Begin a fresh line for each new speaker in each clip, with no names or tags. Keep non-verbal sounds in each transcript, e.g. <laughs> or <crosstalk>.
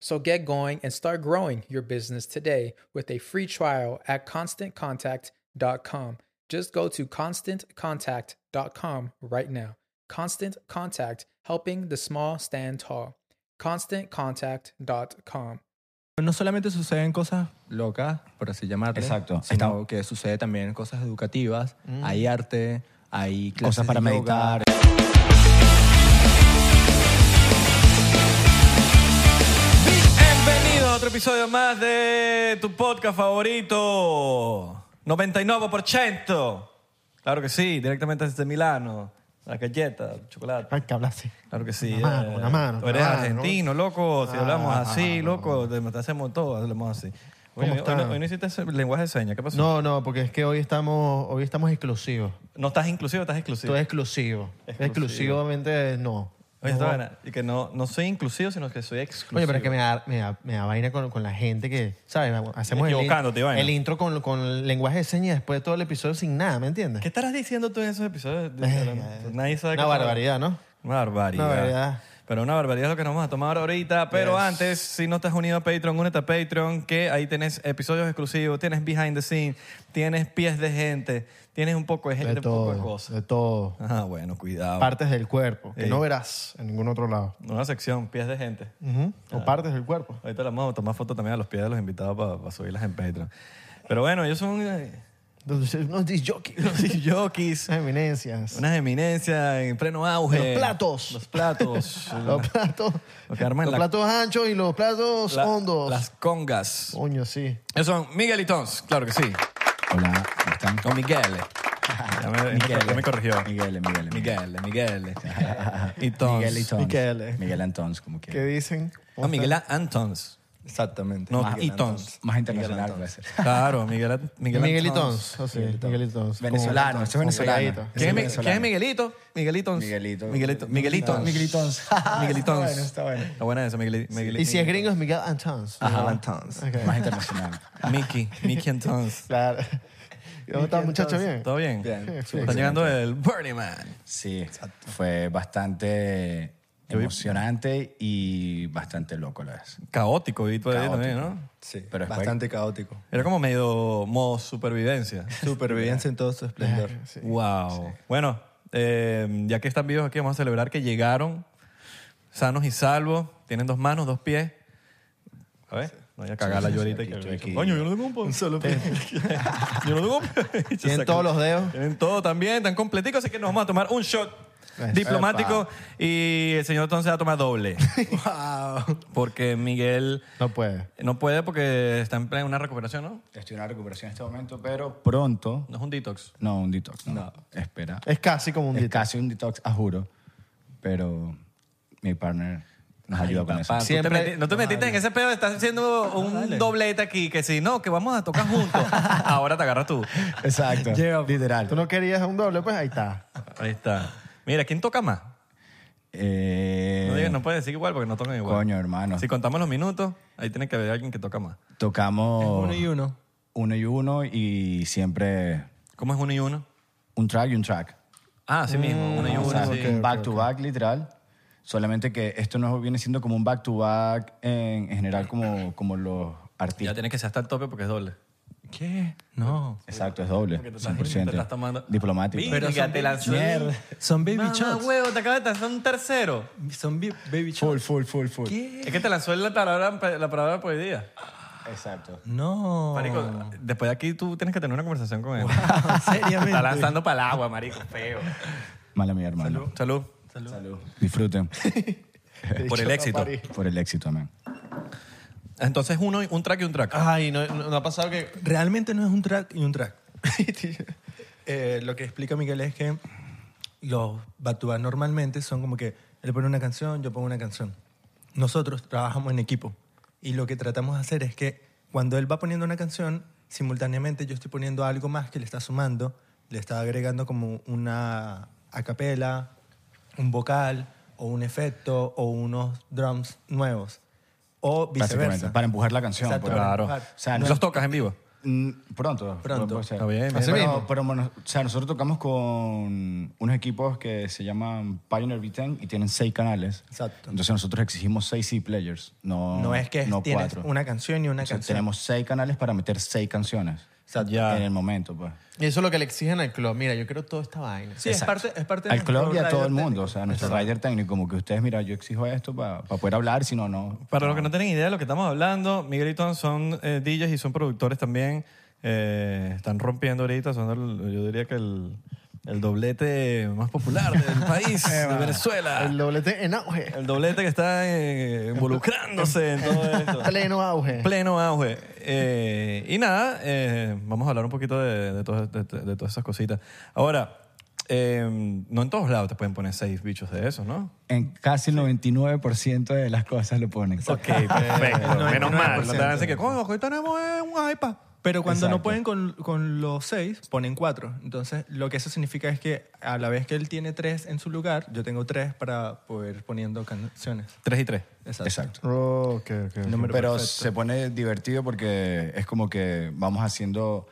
So get going and start growing your business today with a free trial at constantcontact.com. Just go to constantcontact.com right now. Constant Contact, helping the small stand tall. ConstantContact.com.
No solamente suceden cosas locas, por así llamarlo,
Exacto.
sino
Está-
que sucede también cosas educativas,
Mm.
hay arte, hay clases
Cosas para
de yoga.
meditar.
Bienvenido a otro episodio más de tu podcast favorito. 99%. Claro que sí, directamente desde Milano. La galleta, el chocolate.
Hay que hablar así.
Claro que sí.
Una mano,
eh.
una mano.
Tú eres
una mano.
argentino, loco. Si
Ah,
hablamos así,
ah,
loco, te te hacemos todo, hablamos así. Oye,
¿Cómo
hoy,
están?
no- hoy no hiciste ese lenguaje de señas, ¿qué pasó?
No, no, porque es que hoy estamos, hoy estamos exclusivos.
No estás inclusivo, estás exclusivo.
Todo es exclusivo.
Exclusivo.
Exclusivamente no.
Oye,
No.
está buena. Y que no, no soy inclusivo, sino que soy exclusivo.
Oye, pero es que me da, me da, me da vaina con, con la gente que, ¿sabes? Hacemos el,
Equivocándote,
in-
vaina.
el intro con, con lenguaje de señas después de todo el episodio sin nada, ¿me entiendes?
¿Qué estarás diciendo tú en esos episodios? Pues
Eh,
Nadie sabe
Una
qué-
barbaridad, ¿no?
Una barbaridad.
Una barbaridad.
Pero una barbaridad es lo que nos vamos a tomar ahorita. Pero
Yes.
antes, si no estás unido a Patreon, únete a Patreon, que ahí tienes episodios exclusivos, tienes behind the scenes, tienes pies de gente, tienes un poco de gente,
De
un poco de
todo,
cosas.
de todo.
Ah, bueno, cuidado.
Partes del cuerpo, que
Ey.
no verás en ningún otro lado.
Nueva sección, pies de gente.
Ujú. O partes del cuerpo.
Ahorita le vamos a tomar fotos también a los pies de los invitados para subirlas en Patreon. Pero bueno, ellos son eh, <laughs>
Entonces, <laughs> unos disc jockeys,
unos jockeys,
unas eminencias.
unas eminencias en pleno auge.
Los platos.
Los platos.
<laughs> Los platos,
Lo que arman
los
la-
platos anchos y los platos
la-
hondos.
Las congas.
Coño, sí.
Ellos son Miguel y Tons, claro que sí.
Hola, ¿cómo están?
No, Miguel. Ya me,
Miguel.
ya me corrigió.
Miguel, Miguel.
Miguel,
<laughs>
Miguel. Y Tons.
Miguel y Tons.
Miguel.
Miguel Antons, como
eh. ¿Qué
que.
dicen?
Ah, Miguel Antons.
Exactamente.
No,
Miguel
y
Antón.
Tons.
Más internacional
Miguel
puede ser.
Claro, Miguel, Miguel Antons.
Miguelitons. o sea, Miguelitons.
Venezolano,
Como-
esto es
como
venezolano.
pegadito.
Ese
¿Quién es, Mi-
venezolano.
quién es Miguelito? Miguelitons.
Miguelito.
Miguelito. Miguelitons.
Miguelitons.
<laughs> Miguelitons.
<laughs> Está bueno, está bueno.
Está buena esa, Migueli- Migueli-
Y si es gringo es Miguel Antons.
Ajá, Antons.
Ok.
Más internacional.
Mickey. Mickey Antons.
Claro. ¿Cómo estás, muchacho? Bien.
¿Todo bien?
Bien.
Está llegando el Burning Man.
Sí, fue bastante emocionante y bastante loco la vez.
Caótico, vi por ahí también, ¿no?
Sí,
Pero después-
bastante
<laughs>
caótico.
Era como medio modo supervivencia.
Supervivencia en todo su esplendor.
Wow. Bueno, eh, ya que están vivos aquí, vamos a celebrar que llegaron sanos y salvos. Tienen dos manos, dos pies. A ver, no voy a cagarla yo ahorita.
aquí,
que-
estoy aquí.
Coño, yo no tengo un, un solo pie. yo no tengo un pie. Se
Tienen
saca-
todos los dedos.
<laughs> Tienen todo también, están completicos, así que nos vamos a tomar un shot diplomático y el señor entonces va a tomar doble. <laughs> wow. Porque Miguel
No puede.
no puede porque está en plena- una recuperación, ¿no?
Estoy en una recuperación en este momento, pero pronto.
No es un detox.
No, un detox. No. Espera.
Es casi como un
Es
dito.
casi un detox, a juro. Pero mi partner nos ayuda con eso.
Papá, Ah, tú te
Siempre-
meti- no te metiste en ese pedo, estás haciendo un doblete aquí, que si no, que vamos a tocar juntos. Ahora te agarras tú.
Exacto.
Tú
Literal.
no querías un doble, pues ahí está.
Ahí está. Mira, ¿quién toca más?
Eh,
No, digas, no puedes decir igual porque no tocan igual.
Coño, hermano.
Si contamos los minutos, ahí tiene que haber alguien que toca más.
Tocamos
Uno y uno.
uno y uno y siempre
¿Cómo es uno y uno?
un track y un track.
Ah, sí mismo, uno y
O sea,
uno. sí.
back to back, literal. Solamente que esto no viene siendo como un back to back en, en general como, como los
Ya
artistas.
tienes que ser hasta el tope porque es doble. ¿Qué? No.
Exacto, es doble.
te estás-
100%.
te estás tomando-
Diplomático.
Pero
son
te lanzó.
Mierda. Son baby
Mamá,
shots.
huevo, te acabas de lanzar un tercero.
Son bi- baby shots.
full, full, full, full.
Es que te lanzó la palabra, la palabra por hoy día.
Exacto.
No.
Marico, después de aquí tú tienes que tener una conversación con él.
<laughs> Seriamente.
Está lanzando para el agua, marico, feo.
Mala mi hermano.
Salud.
Salud. Disfruten <laughs>
Por el éxito.
por el éxito, amén.
Entonces uno, un track y un
Ah,
track.
Ay, no, no, no ha pasado que.
Realmente no es un track y un track. <laughs> Eh, lo que explica Miguel es que los batúas normalmente son como que él pone una canción, yo pongo una canción. Nosotros trabajamos en equipo y lo que tratamos de hacer es que cuando él va poniendo una canción, simultáneamente yo estoy poniendo algo más que le está sumando, le está agregando como una acapela, un vocal o un efecto o unos drums nuevos o
Básicamente,
viceversa.
para empujar la canción.
Exacto,
pues.
claro.
O sea, no-
¿Los tocas en vivo?
Mm, Pronto.
Pronto.
puede ser.
Está bien, bien.
Pero,
Así mismo.
pero mono- o sea, nosotros tocamos con unos equipos que se llaman Pioneer V10 y tienen seis canales.
Exacto.
Entonces nosotros exigimos seis C-players, no
No es que
no
tienes
cuatro.
una canción y una
O sea,
canción.
tenemos seis canales para meter seis canciones
Exacto.
Ya.
en el momento. Pues.
Y eso es lo que le exigen al club. Mira, yo creo toda esta vaina.
Sí, es parte, es parte de
Al
nuestro
club y
Este,
a
rider
todo el mundo,
técnico.
o sea, nuestro rider técnico, como que ustedes, mira, yo exijo esto para poder hablar, si no, no.
Para los que no tienen idea de lo que estamos hablando, Miguel y Tom son eh, DJs y son productores también. Eh, están rompiendo ahorita, son el- yo diría que el, el doblete más popular
<laughs>
del país, de Venezuela.
El
El,
doblete en auge.
<laughs> doblete que está eh, involucrándose en todo esto.
Pleno auge.
Pleno auge. Eh, y nada, eh, vamos a hablar un poquito de, de todas- de- de todas esas cositas. Ahora, eh, no en todos lados te pueden poner seis bichos de esos, ¿no?
En casi el 99% de las cosas lo ponen.
Ok, perfecto. Menos mal. No te van
99%.
a decir que, coño, hoy tenemos eh, un iPad.
Pero cuando no
Exacto.
pueden con, con los seis, ponen cuatro. Entonces, lo que eso significa es que a la vez que él tiene tres en su lugar, yo tengo tres para poder poniendo canciones.
Tres y tres.
Exacto.
Exacto.
Oh, ok, ok, ok.
Número
Pero
perfecto.
se pone divertido porque es como que vamos haciendo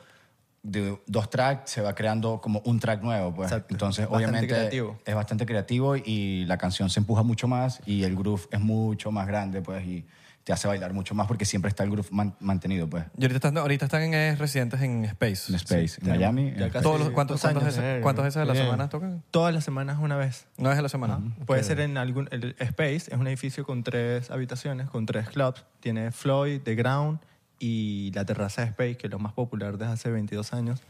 de dos tracks, se va creando como un track nuevo. Pues.
Exacto.
Entonces,
Bastante
obviamente,
creativo.
es bastante creativo y la canción se empuja mucho más y el groove es mucho más grande pues, y te hace bailar mucho más porque siempre está el groove man- mantenido. Pues.
Y ahorita están, ahorita están en, eh, residentes en Space.
En Space, en
tenemos-
Miami.
ya
en
casi-
Space.
Todos los- ¿Cuántos,
dos años,
cuántos veces-
verga.
cuántas veces a la
Bien.
semana tocan?
Todas las semanas una vez.
Una vez a la semana.
Puede ser en algún... El Space es un edificio con tres habitaciones, con tres clubs. Tiene Floyd, The Ground y la terraza de Space, que es lo más popular desde hace 22 años.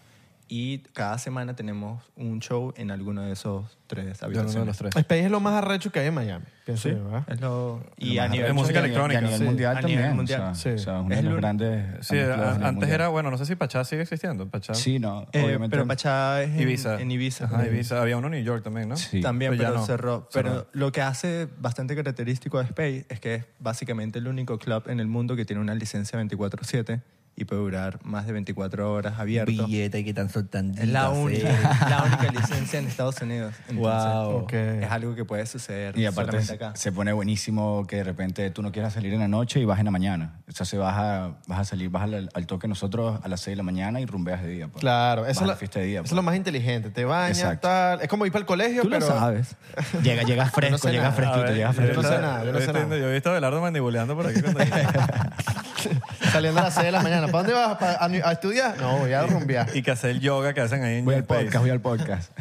Y cada semana tenemos un show en alguno de esos tres
De
habitaciones.
uno de los tres.
Space es lo más arrecho que hay en Miami, pienso yo, ¿verdad?
Es lo- y
Lo
a
más
nivel Eh,
arrecho
música
y a-
electrónica,
Y a nivel
sí.
mundial
A nivel
también.
mundial,
o sea,
sí.
o sea, uno
Es
de los
lo-
grandes.
Sí,
amistades a
a-
nivel
antes
mundial.
era, bueno, no sé si Pachá sigue existiendo. Pachá.
Sí, no,
Eh,
obviamente.
pero Pachá es en
Ibiza.
en Ibiza.
Ajá, Ibiza. Había uno en New York también, ¿no?
Sí.
También,
Pero ya
pero,
no,
cerró. Pero lo que hace bastante característico a Space es que es básicamente el único club en el mundo que tiene una licencia 24-7 y puede durar más de 24 horas abierto.
Billete que están soltando.
Es la única,
Sí.
la única licencia en Estados Unidos. Entonces,
Wow.
Ok.
Es algo que puede suceder
Y aparte
solamente acá.
se pone buenísimo que de repente tú no quieras salir en la noche y vas en la mañana. O sea, se vas a, vas a salir, vas al, al toque nosotros a las 6 de la mañana y rumbeas de día. pues.
Claro,
Vas
eso
a
es,
la
la-
fiesta de día.
eso
pues.
es lo más inteligente. Te bañas,
Exacto.
tal. Es como ir para el colegio,
Tú
pero.
lo sabes.
Llega, llega fresco,
sé
llega
nada.
fresquito, llega
yo
fresquito.
no sé nada, yo no sé nada.
Yo he visto a Belardo mandibuleando por aquí. cuando-
Saliendo a las 6 de la mañana. ¿Para dónde vas? ¿Pa- a, a estudiar? No, voy a rumbear.
y que hacer yoga que hacen ahí en
Voy al
New Space.
podcast, voy al podcast.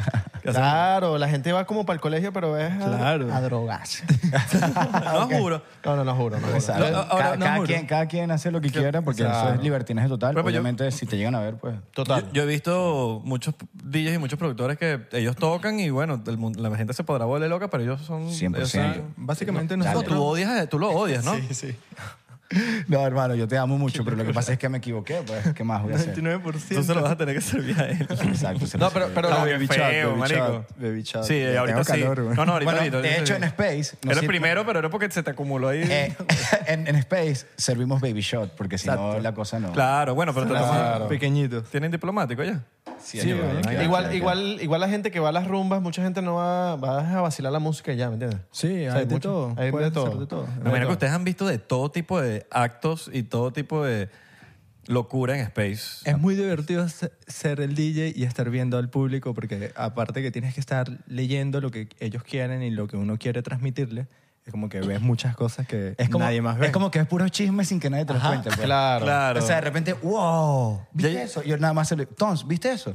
Claro, la gente va como para el colegio, pero es a,
Claro.
a drogarse.
<laughs> <laughs> No, juro.
No, no, no juro. No, juro.
Exacto.
No, ahora,
cada,
no,
cada
juro.
quien, cada quien hace lo que quiera porque eso es libertinaje total.
Pero, pero yo-
Obviamente, si te llegan a ver, pues...
Total.
Yo, yo he visto muchos DJs y muchos productores que ellos tocan y bueno, el mun- la gente se podrá volver loca, pero ellos son...
100%.
ellos son-
Básicamente
No,
nosotros...
tú, odias, a- tú lo odias, ¿no?
sí.
No, hermano, yo te amo mucho, pero lo que pasa es que me equivoqué, pues, ¿qué <laughs> más voy a hacer?
99%.
Tú se lo vas a tener que servir a él.
Exacto. se
No,
lo-
pero, pero la-
Ah, qué
baby chat,
feo,
baby
marico.
chat, baby chat.
Sí,
Tengo
ahorita sí.
calor, güey.
No, no, ahorita,
Bueno,
ahorita,
de
ahorita
hecho,
sí.
en Space... no
Eres
sirve-
primero, pero era porque se te acumuló ahí.
Eh, <laughs> en, en Space servimos baby shot porque si no la cosa no.
Claro, bueno, pero te tomas-
Pequeñito.
¿Tienen diplomático ya?
Sí, hay que- hay que-
igual,
hay que-
igual, igual la gente que va a las rumbas, mucha gente no va, va a vacilar la música y ya, ¿me entiendes?
Sí,
O sea,
hay de
mucho-
todo.
Hay de
Puedes
todo.
hacer de todo.
Me imagino que ustedes han visto de todo tipo de actos y todo tipo de locura en Space.
Es muy divertido se- ser el DJ y estar viendo al público porque aparte que tienes que estar leyendo lo que ellos quieren y lo que uno quiere transmitirle, es como que ves muchas cosas que
es como,
nadie más ve.
Es como que es puro chisme sin que nadie te lo cuente. pues.
Claro.
Claro.
O sea, de repente, wow, ¿viste
Ya-
eso? Yo nada más se lo... Tons, ¿viste eso?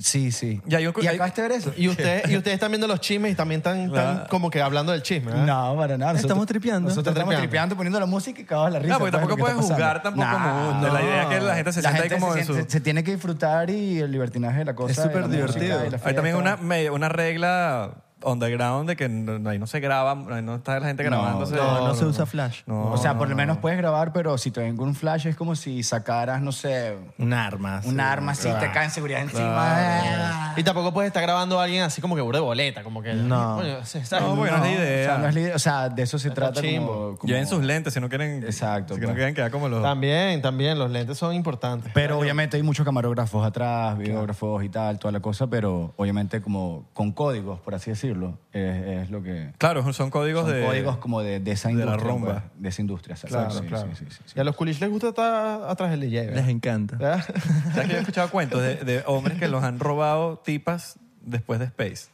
Sí, sí.
Ya, yo-
¿Y acabaste de ver eso?
Y ustedes, y ustedes están viendo los chismes y también están, están como que hablando del chisme. ¿verdad?
No, para nada.
Estamos tripeando.
Nosotros
Están
estamos
tripeando.
tripeando, poniendo la música y cagabas la risa.
No, porque tampoco
pues, de
puedes
lo que está
jugar
pasando.
tampoco como
Nah.
uno. La idea es que la gente se
La
sienta ahí
gente
como
se,
en su...
siente- se tiene que disfrutar y el libertinaje de la cosa.
Es
de la
súper
música,
divertido.
de la
Hay también
fiesta.
una, me- una regla underground de que no, ahí no se graba, ahí no está la gente grabándose.
no, no, se usa flash.
o sea, por lo menos puedes grabar, pero si te ven con un flash es como si sacaras, no sé,
Un arma.
un arma así, te cae en seguridad Ah. encima.
Y tampoco puedes estar grabando a alguien así como que burda de boleta, como que.
No.
Coño, sí, ¿sabes?
No, porque no es la
O sea, no
idea.
es la- o sea, de eso se trata
chimbo.
como, como-
Lleven sus lentes si no quieren...
Exacto,
Si no
pues.
quieren quedar como los...
También, también, los lentes son importantes.
Pero obviamente hay muchos camarógrafos atrás, videógrafos y tal, toda la cosa, pero obviamente como con códigos, por así decirlo, es, es lo que...
Claro, son códigos
Son
de...
códigos como de, de esa
de la
industria.
rumba.
pues, de esa industria, exacto.
Claro,
Sí,
claro.
sí, sí, sí, sí.
Y a los culiches les gusta estar atrás del DJ.
Les
¿verdad?
encanta.
<laughs>
¿Verdad?
¿Sabes que yo he escuchado cuentos de, de hombres que los han robado tipas después de Space?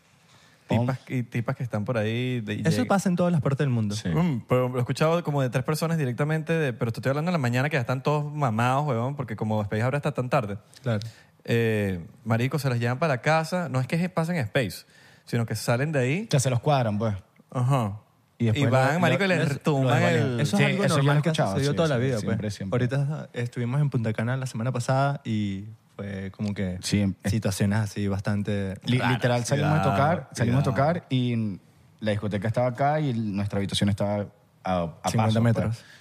Tipas, y tipas que están por ahí. de-
Eso
lleg-
pasa en todas las partes del mundo.
Sí.
Mm, pero lo he escuchado como de tres personas directamente, de- pero te estoy hablando en la mañana que ya están todos mamados, huevón, porque como Space ahora está tan tarde.
Claro.
Eh, marico, se los llevan para la casa. No es que se pasen en Space, sino que salen de ahí.
Ya se los cuadran, pues.
Ajá.
Y
Y,
después
van,
lo-
marico, y
lo-
les
lo-
tumban
lo-
el...
Eso
Sí,
es algo
eso yo lo he
normal que
escuchado,
se dio
sí,
toda
sí,
la vida.
siempre,
pues.
siempre.
Ahorita estuvimos en Punta Cana la semana pasada y fue como que
Sí. em,
situaciones así bastante
Li-
raras.
literal salimos a
Cuidado,
tocar, salimos a
cuidado.
tocar y la discoteca estaba acá y nuestra habitación estaba a,
50
a paso,
metros.
pues.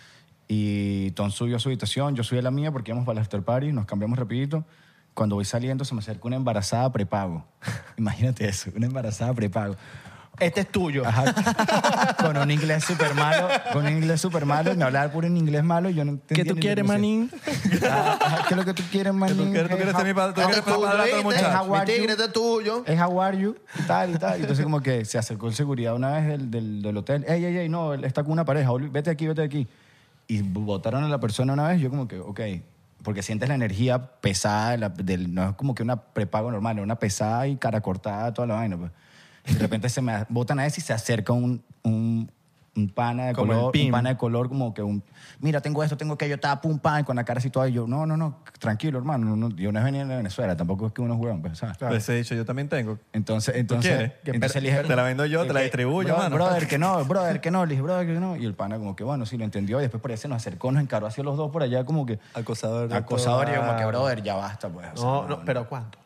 Y Tom subió a su habitación, yo subí a la mía porque íbamos para el after party, nos cambiamos rapidito. Cuando voy saliendo se me acerca una embarazada prepago. <laughs> Imagínate eso, una embarazada prepago.
Este es tuyo.
Ajá. <laughs> con un inglés súper malo, con un inglés súper malo, y me hablaba puro en inglés malo, y yo no entendía.
¿Qué tú
ni lo
quieres,
que me <laughs>
manín?
decía. Ajá, ajá, ¿Qué es lo que tú quieres, manín?
quieres- tú
Hey,
quieres
how-
ser mi padre, tú quieres ser padre de todo el
¿viste?
muchacho.
How
Mi
are
tigre,
you?
este es tuyo.
es how are you y tal y tal. Entonces como que se acercó el seguridad una vez del, del, del hotel. Ey, ey, ey, no, él está con una pareja. Oli, Vete aquí, vete aquí. Y votaron a la persona una vez. Yo como que, ok, porque sientes la energía pesada, de la- del, no es como que una prepago normal, es una pesada y cara cortada, toda la vaina. pues. Y de repente se me botan a ese y se acerca un, un, un pana de
Como el
color,
pin.
un pana de color como que un, mira, tengo esto, tengo aquello, estaba pum, pan, con la cara así toda. Y yo, no, no, no, tranquilo, hermano. no, no, yo no he venido de Venezuela, tampoco es que uno juega, pues, ¿sabes?
Les he dicho, yo también tengo.
Entonces,
quieres?
entonces,
Que
entonces
per- te la vendo yo, te la
que,
distribuyo,
"Bro-
mano".
Brother, que no, brother, que no, le dije, brother, que no. Y el pana como que, bueno, sí, lo entendió. Y después por ahí se nos acercó, nos encaró hacia los dos por allá como que
Acosador. de
acosador. Y yo como que,
todo.
brother, ya basta, pues. o sea,
No, no, pero ¿cuánto?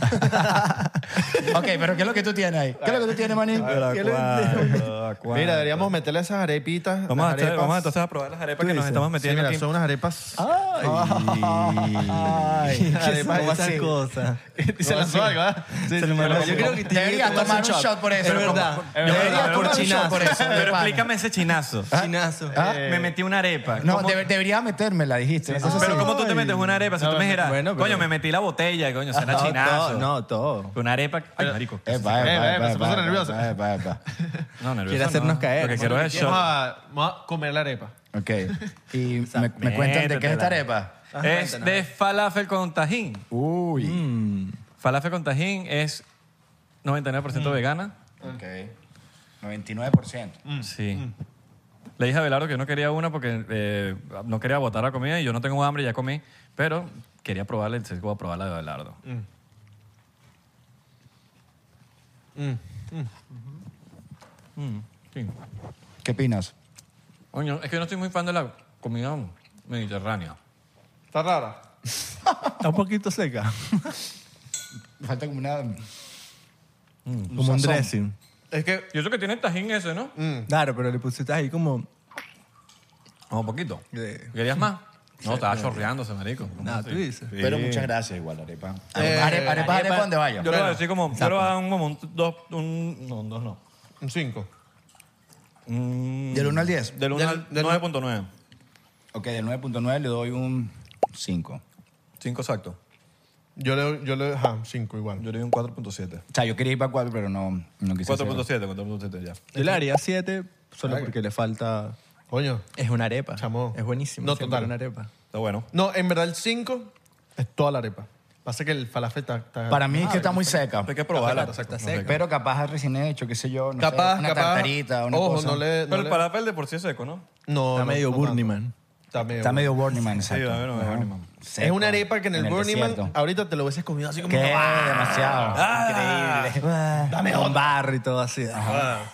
ok, pero ¿qué es lo que tú tienes ahí? ¿Qué es lo que tú tienes, manín?
Ah,
Pero, ¿cuándo? ¿Cuándo?
Mira, deberíamos meterle esas arepitas.
Vamos a,
las
hacer-
arepas.
vamos entonces a probar las arepas que nos
dices?
estamos
Sí,
metiendo
mira,
aquí.
son unas arepas.
<laughs> Ay.
<laughs> arepas
¿Cómo esas
esas-
<laughs> cosas?
Y se lanzó algo, ¿ah?
Se le
lanzó
mandó.
algo.
Yo creo que te-
Deberías
tomarse
tomar
un
un
shot.
shot por eso.
Es
como-
verdad.
Deberías
Pero
tomar un shot
chinazo.
por Ah, eso. de
Pero
pana.
explícame ese chinazo.
Chinazo.
Eh, Me metí una arepa.
No,
¿Cómo-
debe- deberías metérmela, dijiste. Entonces,
Ah.
pero
sí.
¿cómo tú te metes una arepa? Si
No,
tú me dijeras,
bueno, pero-
coño, me metí la botella, coño, será
No,
chinazo.
todo, No, todo.
Una arepa. Ay, marico.
Epa, epa,
Eh,
epa,
eh, se
epa,
puso
epa,
nervioso.
epa, epa, epa.
No, nervioso.
Quiere
no.
hacernos caer. Ah,
Lo que quiero es
Vamos
shot.
a, vamos a comer la arepa. <laughs>
Ok. Y me, me cuentan de qué es esta
métetela.
arepa.
Es de falafel con tajín.
Uy.
Falafel con tajín es
Mm.
99% vegana.
Ok. 99%.
Sí. Le dije a Belardo que yo no quería una porque eh, no quería botar la comida y yo no tengo hambre, ya comí. Pero quería probarla, entonces voy a probar la de Belardo. Mm, sí.
¿Qué opinas?
Coño, es que yo no estoy muy fan de la comida mediterránea.
Está rara.
Está un poquito seca.
Falta como una...
Como un dressing.
Es que
Y eso que tiene el tajín ese, ¿no?
Claro, pero le pusiste ahí como...
No, poquito.
Eh.
¿Querías más? No, estaba chorreándose, marico.
Nada, ah, tú dices.
Pero muchas gracias igual, arepa.
Eh,
Arepa, arepa, arepa, arepa donde vaya.
Yo le voy a decir como, yo le voy a dar un, como un dos, un, no, un dos no.
un 5.
Un-
Del 1 al 10.
Del 1
Del-
al
del-
9.9.
Ok, del 9.9 le doy un 5.
5 exacto.
Yo le yo le ajá, 5 igual.
Yo le di un 4.7.
O sea, yo quería ir para 4, pero no, no quise hacerlo.
4.7, 4.7 ya.
Yo le haría 7 solo porque le falta...
Coño.
Es una arepa.
Chamo.
Es buenísimo.
No,
siempre
total.
Una arepa.
Está bueno.
No, en verdad el 5 es toda la arepa. Pasa que el falafel está, está-
Para mí es que está muy seca.
Hay que probarla.
Está seco, está
No sé.
Pero capaz es recién hecho, qué sé yo. No
capaz,
sé, una
capaz.
tartarita, una
ojo,
cosa.
no le no
Pero el
le-
palafel de por sí es seco, ¿no?
no,
Está
no,
medio
no
Burning
tanto.
Man.
Está medio.
Está medio Burning Man, exacto.
Sí, a ver, a ver,
Ajá.
Burning Man.
Seco,
es una arepa que en el, Burning Man
desierto.
ahorita te lo hubieses comido así como
¿Qué? Demasiado.
Ah.
Increíble.
Dame un barro y todo así.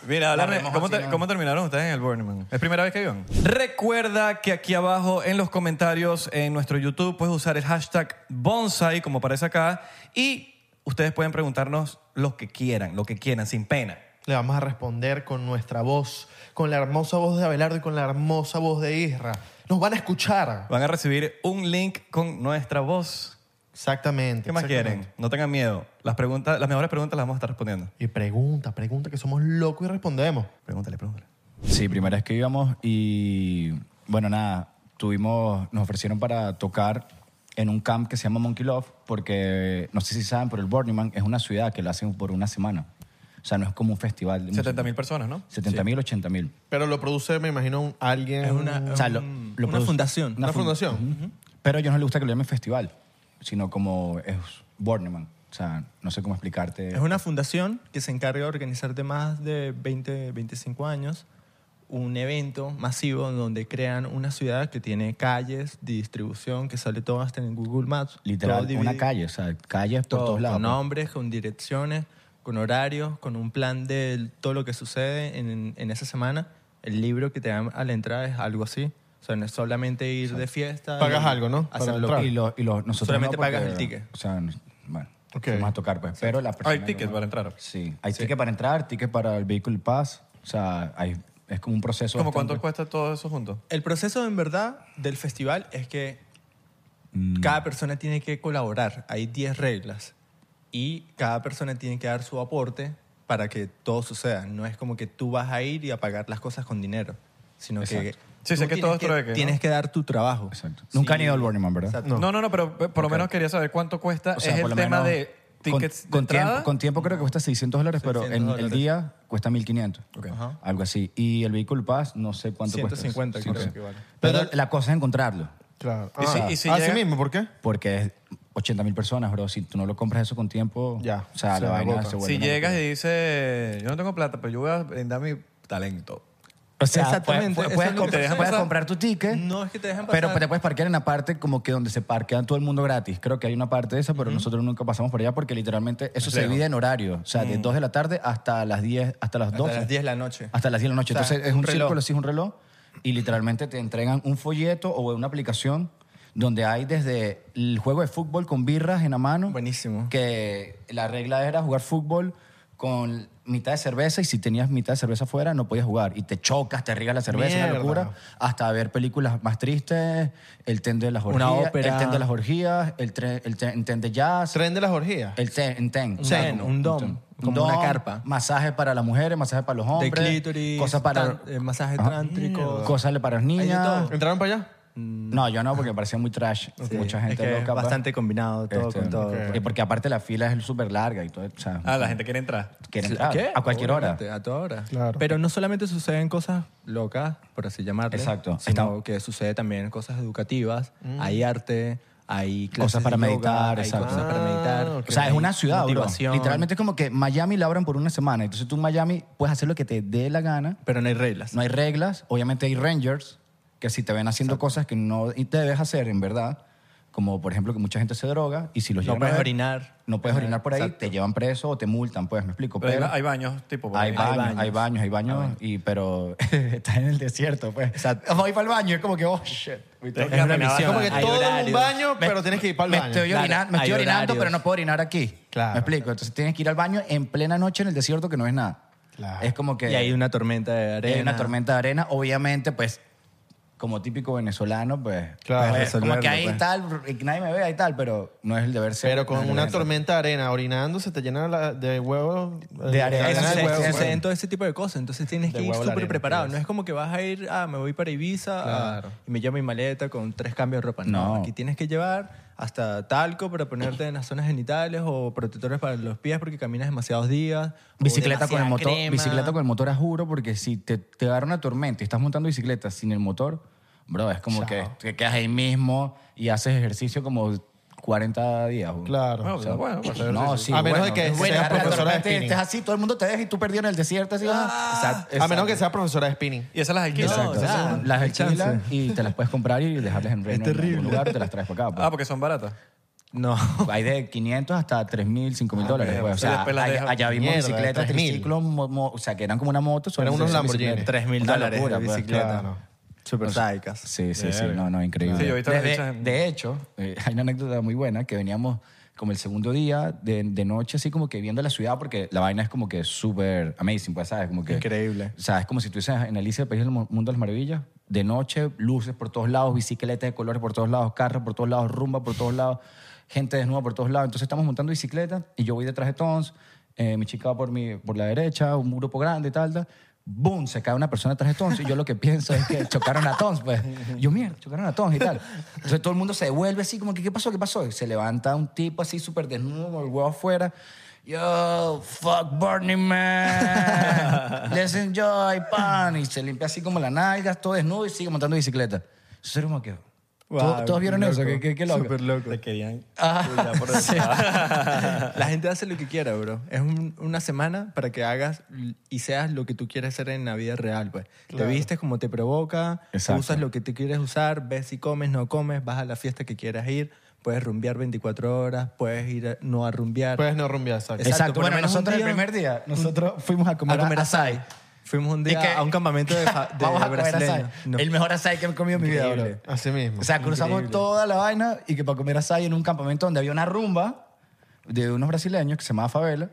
Mira, háblame,
remojo
¿cómo,
así,
te-
¿no?
cómo terminaron ustedes en el Burning Man? ¿Es primera vez que iban? Recuerda que aquí abajo en los comentarios en nuestro YouTube puedes usar el hashtag bonsai, como aparece acá, y ustedes pueden preguntarnos lo que quieran, lo que quieran, sin pena.
Le vamos a responder con nuestra voz, con la hermosa voz de Abelardo y con la hermosa voz de Isra. Nos van a escuchar.
Van a recibir un link con nuestra voz.
Exactamente.
¿Qué más
exactamente.
quieren? No tengan miedo. Las, preguntas, las mejores preguntas las vamos a estar respondiendo.
Y pregunta, pregunta, que somos locos y respondemos.
Pregúntale, pregúntale.
Sí, primera vez que íbamos y bueno, nada, tuvimos, nos ofrecieron para tocar en un camp que se llama Monkey Love porque no sé si saben, pero el Burning Man es una ciudad que lo hacen por una semana. O sea, no es como un festival.
70 mil personas, ¿no?
70 mil, 80 mil.
Pero lo produce, me imagino, un- alguien.
Es una,
O sea, lo-
un-
lo
una
produce-
fundación.
una
fun-
fundación.
Ujú. Pero a ellos no les gusta que lo llamen festival, sino como es Burning Man. O sea, no sé cómo explicarte.
Es una fundación que se encarga de organizar de más de 20, 25 años un evento masivo en donde crean una ciudad que tiene calles, distribución, que sale todo hasta en Google Maps.
literal,
todo
una
dividido,
calle, o sea, calles por
todo,
todos lados.
Con
pues.
nombres, con direcciones, con horarios, con un plan de todo lo que sucede en, en esa semana. El libro que te dan a la entrada es algo así. O sea, no es solamente ir de fiesta.
Pagas
y
algo, ¿no? Para
Hacerlo.
entrar.
Y, los y los- nosotros
Solamente
no, porque-
pagas el ticket.
O sea, n- bueno,
Ok.
vamos a tocar, pues. Pero la persona
Hay tickets para entrar.
Sí, hay ticket para entrar, ticket para el vehículo pass. O sea, hay, es como un proceso.
¿Cómo
bastante-
cuánto cuesta todo eso junto?
El proceso en verdad del festival es que
Mm.
cada persona tiene que colaborar. Hay 10 reglas y cada persona tiene que dar su aporte para que todo suceda. No es como que tú vas a ir y a pagar las cosas con dinero, sino que
Exacto.
Sí,
tú
sé que
tienes
todo es trueque, ¿no?
tienes que dar tu trabajo.
Exacto. Nunca han ido al Burning Man, ¿verdad?
Exacto.
No, no, no, pero eh, por lo menos quería saber cuánto cuesta.
O sea,
es
por
el
lo
tema
menos
de tickets
con, con
de entrada.
tiempo, con tiempo creo que cuesta 600 dólares, pero en
600
el
dólares.
día cuesta 1500.
Ajá.
Algo así. Y el vehículo pass, no sé cuánto cuesta.
150 creo
Sí,
que
ok.
vale.
Pero la cosa es encontrarlo.
Claro.
Y si- y si
así
llega-
mismo, ¿por qué?
Porque es 80 mil personas, bro. Si tú no lo compras eso con tiempo,
Ya,
o sea,
se
la vaina
agota.
se vuelve
si
una
llegas
locura.
y dices, yo no tengo plata, pero yo voy a brindar mi talento.
O sea,
Exactamente,
puedes,
eso
puedes
es lo que
comprar,
te dejan
puedes
pasar.
comprar tu ticket.
No es que te dejan
Pero
pasar.
te puedes parquear en la parte como que donde se parquean todo el mundo gratis. Creo que hay una parte de esa, pero nosotros nunca pasamos por allá porque literalmente eso se divide en horario. O sea, de 2 de la tarde hasta las 10, hasta las 12.
Hasta las 10 de la noche.
Hasta las 10 de la noche.
O sea,
Entonces es
un
un
reloj.
círculo, así es un reloj, y literalmente te entregan un folleto o una aplicación donde hay desde el juego de fútbol con birras en la mano.
Buenísimo.
Que la regla era jugar fútbol con mitad de cerveza y si tenías mitad de cerveza fuera no podías jugar y te chocas, te riegas la cerveza, una
Mierda.
locura, hasta ver películas más tristes, el ten de las
Una
orgías,
ópera.
el ten de las orgías, el, tre- el ten, el ten de jazz,
Tren de las orgías.
el ten, ten,
Un ten, un dom, como una carpa.
masaje para las mujeres, masaje para los
de
hombres,
clítoris,
cosas para
tan- eh, masajes
Ajá.
trántricos.
cosas para las
de
niñas.
todo.
¿Entraron para allá?
No, yo no porque me parecía muy trash,
Sí,
mucha gente
es que
loca. pues.
Bastante combinado todo
Este,
con todo.
Y porque aparte la fila es súper larga y todo, o sea,
Ah, la gente quiere entrar.
quieren entrar
¿Qué?
a cualquier hora.
Obviamente, A toda hora.
Claro.
Pero no solamente suceden cosas locas, por así llamarle.
Exacto.
Sino que sucede también cosas educativas. Hay arte, hay clases
Cosas para
de yoga,
meditar,
hay
exacto.
cosas para meditar.
O sea, es una
hay
ciudad, bro.
motivación.
Literalmente es como que Miami la abran por una semana. Entonces tú en Miami puedes hacer lo que te dé la gana.
Pero no hay reglas.
No hay reglas. Obviamente hay rangers que si te ven haciendo cosas que no y te debes hacer, en verdad. Como, por ejemplo, que mucha gente se droga y si los
No
llegan a
puedes
ver,
orinar.
No puedes orinar por ahí,
Exacto.
te llevan preso o te multan, pues, me explico.
Pero hay
Pero
ba- hay baños, tipo. por
hay,
ahí.
baños,
baños.
hay baños, hay baños, y, pero <laughs> estás en el desierto, pues.
Exacto.
Voy para el baño, es como que, oh, shit.
Tienes que
Es
caminar,
una
¿verdad?
misión.
Como que
Hay
todo en un
horarios.
baño, pero tienes que ir para el
Me
baño.
estoy, orinar- me
hay
estoy orinando,
horarios.
pero no puedo orinar aquí.
Claro.
¿Me explico? Entonces tienes que ir al baño en plena noche en el desierto que no es nada.
Claro.
Es como que
Y hay una tormenta de
y hay
arena.
una tormenta de arena. Obviamente, pues, como típico venezolano, pues,
Claro,
pues, como
resolverlo,
que ahí
pues.
tal, y nadie me ve ahí tal, pero no es el deber ser.
Pero con
de
una
arena.
tormenta de arena orinando se te llena la- de huevos. eh,
De arena.
Eso
Ganar
se-
de huevos, pues.
se-
huevos.
se- en todo ese tipo de cosas. Entonces tienes
De
que ir
huevo a la
súper
arena,
preparado.
pues.
No es como que vas a ir, ah, me voy para Ibiza ah,
Claro.
y me llevo mi maleta con tres cambios de ropa. No,
No.
aquí tienes que llevar hasta talco para ponerte en las zonas genitales o protectores para los pies porque caminas demasiados días. o
Bicicleta con, el
demasiada
motor,
crema.
bicicleta con el motor, a juro, porque si te, te agarra una tormenta y estás montando bicicleta sin el motor, bro, es como que te quedas ahí mismo y haces ejercicio como 40 días. bro.
Claro.
Bueno,
O sea,
bueno, pues,
No, sí,
A menos
bueno,
de que
es bueno,
seas
pero de
profesora de
repente
spinning.
estés así, todo el mundo te deja y tú perdido en el desierto. Así, ah.
A menos que sea profesora de spinning.
Y esas las alquilas.
Exacto.
Esas
Ah,
son-
las
hay chance.
alquilas y te las puedes comprar y dejarlas en Reino en algún lugar te las traes para acá. pues.
Ah, porque son baratas.
No.
<laughs> Hay de 500 hasta 3.000, 5.000 dólares. pues. O
sí,
sea,
después las
allá,
dejas.
allá vimos
Mierda,
bicicletas,
3.000.
triciclos, mo- mo- o sea, que eran como una moto. solo
Eran unos
se-
Lamborghini.
Tres mil
Una
dólares
locura,
de
pues.
bicicleta.
Claro.
Súper sádicas.
Sí, sí, sí. No, no, increíble.
Sí, yo he visto las
de,
bichas en-
de hecho, eh, <laughs> hay una anécdota muy buena que veníamos como el segundo día de, de noche, así como que viendo la ciudad, porque la vaina es como que súper amazing, pues, ¿sabes? Como que,
Increíble.
O sea, es como si tú dices en Alicia, el país del Mu- mundo de las maravillas, de noche, luces por todos lados, bicicletas de colores por todos lados, carros por todos lados, rumba por todos lados, gente desnuda por todos lados. Entonces estamos montando bicicleta y yo voy detrás de Tons, eh, mi chica va por, mi, por la derecha, un grupo grande y tal, tal. ¡Boom! Se cae una persona detrás de Tons y yo lo que pienso es <laughs> que chocaron a Tons, pues. Yo, mierda, chocaron a Tons y tal. Entonces todo el mundo se devuelve así como que, ¿qué pasó? ¿Qué pasó? Y se levanta un tipo así súper desnudo con el huevo afuera. Yo, fuck Burning Man. Let's enjoy, pan. Y se limpia así como la nalga, todo desnudo y sigue montando bicicleta. Eso era como que. ¿Todos, todos vieron eso? ¿Qué, qué, qué loco?
Súper loco.
Te querían.
<laughs>
La gente hace lo que quiera, bro. Es un- una semana para que hagas y seas lo que tú quieres ser en la vida real, pues. Te vistes como te provoca,
Exacto.
usas lo que te quieres usar, ves si comes, no comes, vas a la fiesta que quieras ir, puedes rumbear 24 horas, puedes ir a- no a rumbear.
Puedes no rumbear, exacto.
Exacto.
por lo
Bueno,
menos un
nosotros el
día-
primer día, nosotros fuimos a comer,
a comer
açaí.
asai. Fuimos un
Y que-
día a un campamento de,
<laughs>
fa- de
Vamos a comer
brasileños.
açaí.
No.
El mejor açaí que he comido en mi vida, bro.
Increíble.
Así mismo.
O sea, cruzamos toda la vaina y que para comer asai en un campamento donde había una rumba de unos brasileños que se llamaba Favela,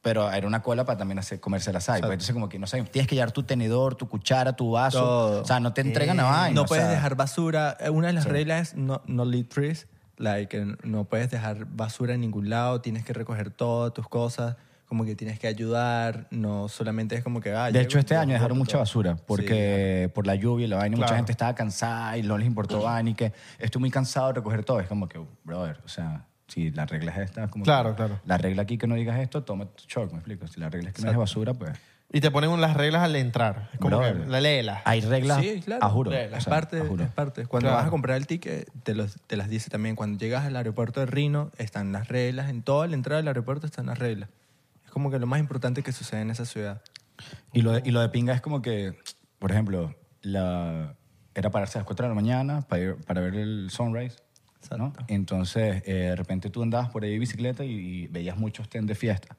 pero era una cola para también hacer, comerse el asai. Pues entonces como que no sabes, tienes que llevar tu tenedor, tu cuchara, tu vaso.
Todo.
O sea, no te entregan la vaina.
Eh, No
o
puedes
sea,
dejar basura. Eh, Una de las reglas es no, no leave trees. Like, eh, no puedes dejar basura en ningún lado. Tienes que recoger todas tus cosas. Como que tienes que ayudar. No solamente es como que... ah,
De
llego
hecho,
y
este
ya
año dejaron
boto
mucha
todo.
basura porque por la lluvia y la vaina, mucha
Claro.
gente estaba cansada y no les importó vaina y que estoy muy cansado de recoger todo. Es como que, brother, o sea, si la regla es esta, es como que
Claro, claro.
La regla aquí que no digas esto, toma tu shock, me explico. Si la regla es que no dejes basura, pues...
Y te ponen las reglas al entrar. Es como
Brother.
que la léela.
Hay reglas,
Sí, claro.
a juro.
Reglas.
o sea,
parte,
a juro.
es parte. Cuando
Claro.
vas a comprar el ticket, te, los- te las dice también. Cuando llegas al aeropuerto de Rino, están las reglas. En toda la entrada del aeropuerto están las reglas. Es como que lo más importante que sucede en esa ciudad.
Y lo, de, y lo de pinga es como que, por ejemplo, la, era pararse a las 4 de la mañana para, ir- para ver el sunrise. ¿no? Entonces, eh, de repente tú andabas por ahí en bicicleta y, y veías muchos ten de fiesta.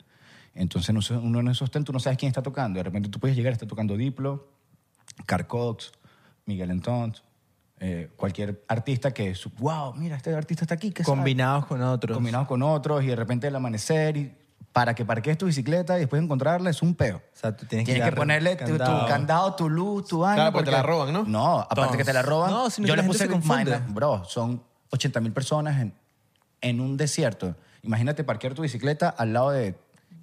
Entonces, no sé, uno en esos ten, tú no sabes quién está tocando. De repente tú puedes llegar, está tocando Diplo, Carcox, Miguel Entón, eh, cualquier artista que, su- wow, mira, este artista está aquí. ¿qué sabe?"
Combinados con otros.
Combinados con otros y de repente el amanecer y para que parques tu bicicleta y después encontrarla es un peo.
O sea, tú tienes,
Tienes
que, dar
que ponerle tu tu candado, tu, luz, tu año.
Claro, porque te la roban, ¿no?
No, aparte que te la roban.
No, sino
yo
que la
le
gente
puse
se
con
confunde.
Minecraft, Bro, son 80 mil personas en, en un desierto. Imagínate parquear tu bicicleta al lado de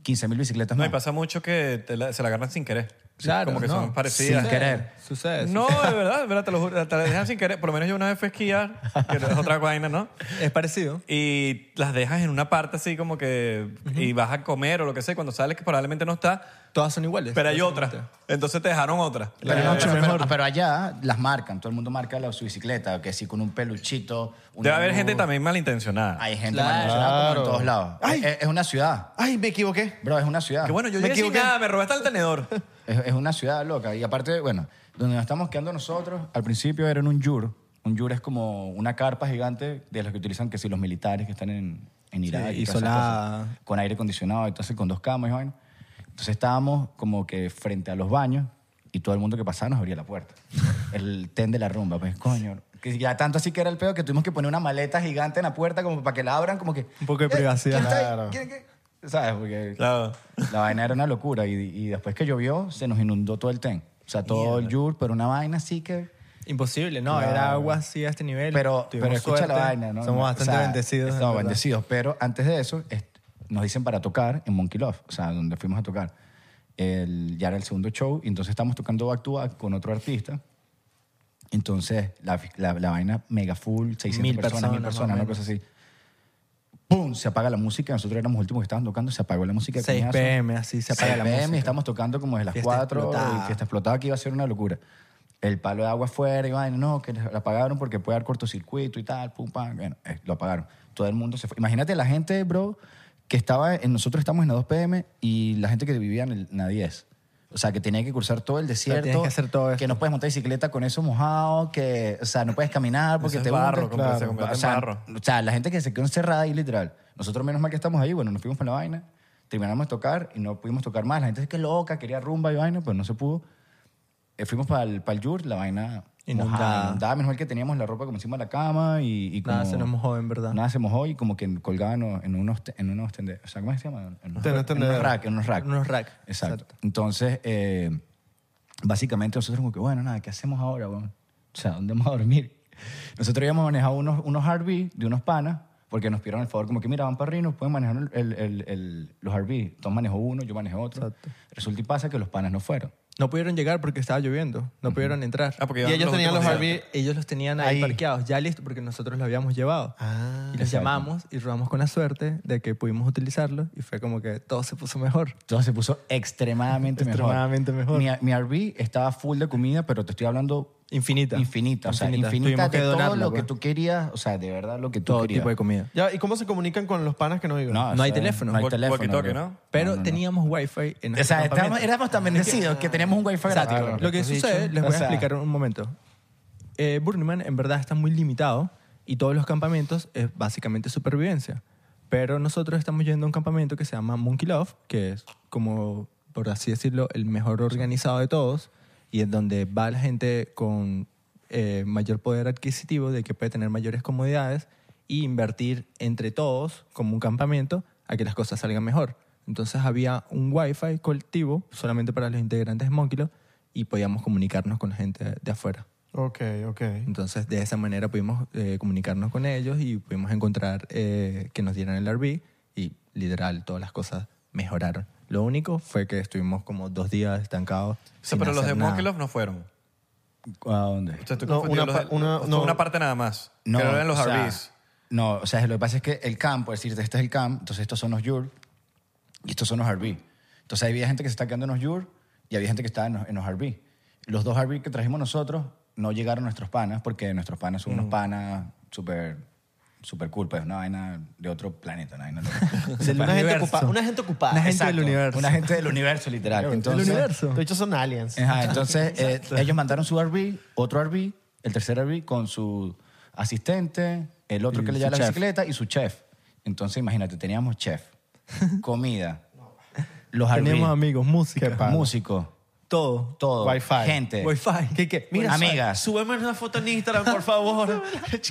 15 mil bicicletas
No, y
más.
pasa mucho que te la- se la agarran sin querer.
Claro,
Como que
no,
son parecidas.
sin querer.
Sucede.
No,
sucede.
de verdad, de verdad, te lo juro. Te la dejan sin querer. Por lo menos yo una vez fui a esquiar, que es otra vaina, ¿no?
Es parecido.
Y las dejas en una parte así como que... Y vas a comer o lo que sea. y Cuando sales que probablemente no está,
Todas son iguales.
pero hay
básicamente.
otra. Entonces te dejaron otra.
Pero,
La noche
pero-
mejor.
pero- pero allá las marcan, todo el mundo marca la, su bicicleta, que sí, con un peluchito. una
Debe haber
luz.
gente también malintencionada.
Hay gente
Claro.
malintencionada como en todos lados.
Ay.
Es, es una ciudad,
Ay, me equivoqué.
bro, es una ciudad.
Que bueno, yo
ah. Me
llegué sin
equivoqué.
nada, me robaste
<laughs>
el tenedor.
Es, es una ciudad loca. Y aparte, bueno, donde nos estamos quedando nosotros, al principio era en un yur. Un yur es como una carpa gigante de las que utilizan que si los militares que están en, en Irak.
Sí,
y todas esas
isolada.
cosas, Con aire acondicionado, entonces con dos camas y vaina. Entonces estábamos como que frente a los baños y todo el mundo que pasaba nos abría la
<laughs>
puerta. El ten de la rumba, pues coño. Que ya tanto así que era el pedo que tuvimos que poner una maleta gigante en la puerta como para que la abran, como que... "Eh,
Un poco de privacidad.
¿Quién está ahí?
Claro.
¿Quién- qué? ¿Sabes? Porque...
Claro.
La vaina era una locura y, y después que llovió se nos inundó todo el ten. O sea, todo el yur, pero una vaina así que...
Imposible, no,
Claro.
era agua así a este nivel.
Pero,
Tuvimos
pero escucha
suerte.
la vaina, ¿no?
Somos
O
bastante
sea,
bendecidos. en
Estamos
verdad.
bendecidos, pero antes de eso es- nos dicen para tocar en Monkey Love, o sea, donde fuimos a tocar. El, ya era el segundo show y entonces estamos tocando back to back con otro artista. Entonces, la, la, la vaina mega full, 600
Mil
personas,
personas,
mil
más
personas,
o
una
menos.
cosa así. ¡Pum! Se apaga la música. Nosotros éramos los últimos que estaban tocando, se apagó la música.
6
coñazo.
pm, así se apaga
6
la
PM,
música.
y estamos tocando como desde las
Fiesta
4
explotada.
y fiesta explotada que iba a ser una locura. El palo de agua afuera, y vaina, no, que la apagaron porque puede dar cortocircuito y tal, pum, pam. Bueno, eh, lo apagaron. Todo el mundo se fue. Imagínate la gente, bro, que estaba, en, nosotros estamos en la 2 PM y la gente que vivía en, el- en la 10. O sea, que tenía que cruzar todo el desierto.
tienes que hacer todo
que
esto.
no puedes montar bicicleta con eso mojado, que, o sea, no puedes caminar porque
Eso es
te
barro,
hundes,
como que se convierte
o
en
sea,
barro.
o sea, la gente que se quedó encerrada ahí, literal. Nosotros, menos mal que estamos ahí, bueno, nos fuimos para la vaina, terminamos de tocar y no pudimos tocar más. La gente es que loca, quería rumba y vaina, pues no se pudo. Eh, fuimos para el, Yur, la vaina
Inundada.
mojada, inundada. Menos mal que teníamos la ropa como encima de la cama y. y como-
Nada se nos mojó, en verdad.
Nada se mojó y como que colgaba en, en unos, te- en unos tende- O sea, ¿cómo se llama? En unos,
Tende-
en unos
tendederos.
rack, en unos rack.
Unos rack,
Exacto.
exacto.
Entonces, eh, básicamente nosotros como que, bueno, nada, ¿qué hacemos ahora, weón? O sea, ¿dónde vamos a dormir? Nosotros habíamos manejado unos, unos RV de unos panas, porque nos pidieron el favor, como que, mira, van para arriba, y nos pueden manejar el- el- el- los RV. Entonces manejó uno, yo manejé otro.
Exacto.
Resulta y pasa que los panas no fueron.
No pudieron llegar porque estaba lloviendo. No pudieron entrar.
Ah, porque
y
iban
ellos
los
tenían los
últimos
RV, ellos los tenían ahí,
Ahí.
parqueados, ya listos, porque nosotros los habíamos llevado.
Ah,
y los
exacto.
llamamos y robamos con la suerte de que pudimos utilizarlos y fue como que todo se puso mejor.
Entonces se puso extremadamente mejor.
Extremadamente mejor.
Mi, mi RV estaba full de comida, pero te estoy hablando
Infinita.
infinita. O sea,
Infinita.
infinita,
Tuvimos
de
que
todo
donarla,
lo que
pues.
tú querías. O sea, de verdad, lo que tú
Todo
querías.
tipo de comida.
Ya, ¿y cómo se comunican con los panas que no viven?
No,
No hay
o sea,
teléfono.
No hay
Walk-
teléfono.
walkie-talkie,
bro.
¿no?
Pero
no, no.
teníamos wifi en
O
nuestro
sea, estábamos-
campamento.
éramos tan bendecidos que teníamos un wifi
Exacto.
gratis.
Lo que
Los
sucede,
dichos.
les
O
voy a
sea-
explicar un momento. Eh, Burning Man en verdad está muy limitado y todos los campamentos es básicamente supervivencia. Pero nosotros estamos yendo a un campamento que se llama Monkey Love, que es como, por así decirlo, el mejor organizado de todos y en donde va la gente con eh, mayor poder adquisitivo, de que puede tener mayores comodidades y invertir entre todos como un campamento a que las cosas salgan mejor. Entonces había un wifi colectivo solamente para los integrantes de Monkey Love y podíamos comunicarnos con la gente de afuera.
Ok, ok.
Entonces, de esa manera pudimos eh, comunicarnos con ellos y pudimos encontrar eh, que nos dieran el RV y literal todas las cosas mejoraron. Lo único fue que estuvimos como dos días estancados.
O sea,
sin
pero los de
hacer nada.
Monkey Love no fueron.
¿A dónde?
O sea, estoy
No,
confundido,
una
los
pa-
de-
una-
fue
no.
una parte nada más. No, que eran los
o sea,
RVs.
No, o sea, lo que pasa es que el camp, por decirte, este es el camp, entonces estos son los yur y estos son los RV. Entonces había gente que se está quedando en los yur y había gente que estaba en los, en los RV. Los dos RV que trajimos nosotros no llegaron nuestros panas porque nuestros panas
Mm.
son unos panas súper super cool, pues una vaina de otro planeta,
<laughs>
una vaina loca.
Del
Una gente,
universo.
ocupa- una gente ocupada.
Una gente
Exacto,
del universo.
Una gente del universo, literal. Entonces,
universo. universo.
De hecho, son aliens.
Ajá, entonces eh, ellos mandaron su RV, otro RV, el tercer RV con su asistente, el otro
Y
que le
su
lleva la
chef.
bicicleta y su chef. Entonces imagínate,
<laughs>
teníamos chef, comida, los
Teníamos
RV,
amigos, música.
músicos,
todo.
Todo.
Wi-Fi.
Gente.
Wi-Fi.
¿Qué, qué? Mira,
Amigas.
Súbeme una foto en Instagram, por
<laughs>
favor.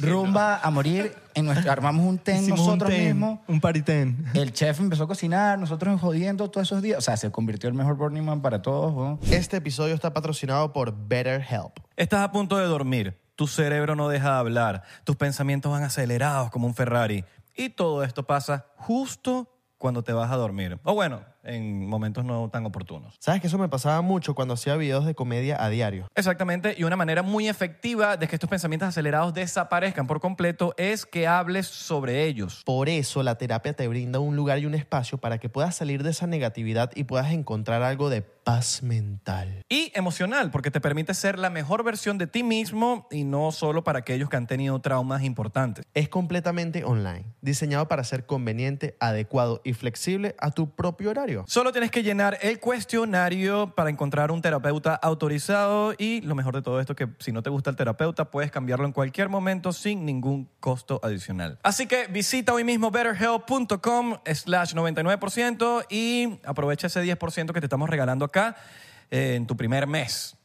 Rumba a morir. En nuestro, armamos un ten
Hicimos
nosotros
un ten,
mismos.
Un party ten.
El chef empezó a cocinar, nosotros jodiendo todos esos días. O sea, se convirtió el mejor Burning Man para todos. ¿no?
Este episodio está patrocinado por BetterHelp.
Estás a punto de dormir, tu cerebro no deja de hablar, tus pensamientos van acelerados como un Ferrari y todo esto pasa justo cuando te vas a dormir. O bueno, en momentos no tan oportunos.
¿Sabes que eso me pasaba mucho cuando hacía videos de comedia a diario?
Exactamente, y una manera muy efectiva de que estos pensamientos acelerados desaparezcan por completo es que hables sobre ellos.
Por eso la terapia te brinda un lugar y un espacio para que puedas salir de esa negatividad y puedas encontrar algo de paz mental.
Y emocional, porque te permite ser la mejor versión de ti mismo y no solo para aquellos que han tenido traumas importantes.
Es completamente online, diseñado para ser conveniente, adecuado y flexible a tu propio horario.
Solo tienes que llenar el cuestionario para encontrar un terapeuta autorizado y lo mejor de todo esto que si no te gusta el terapeuta puedes cambiarlo en cualquier momento sin ningún costo adicional. Así que visita hoy mismo betterhelp.com slash 99% y aprovecha ese 10% que te estamos regalando acá eh, en tu primer mes.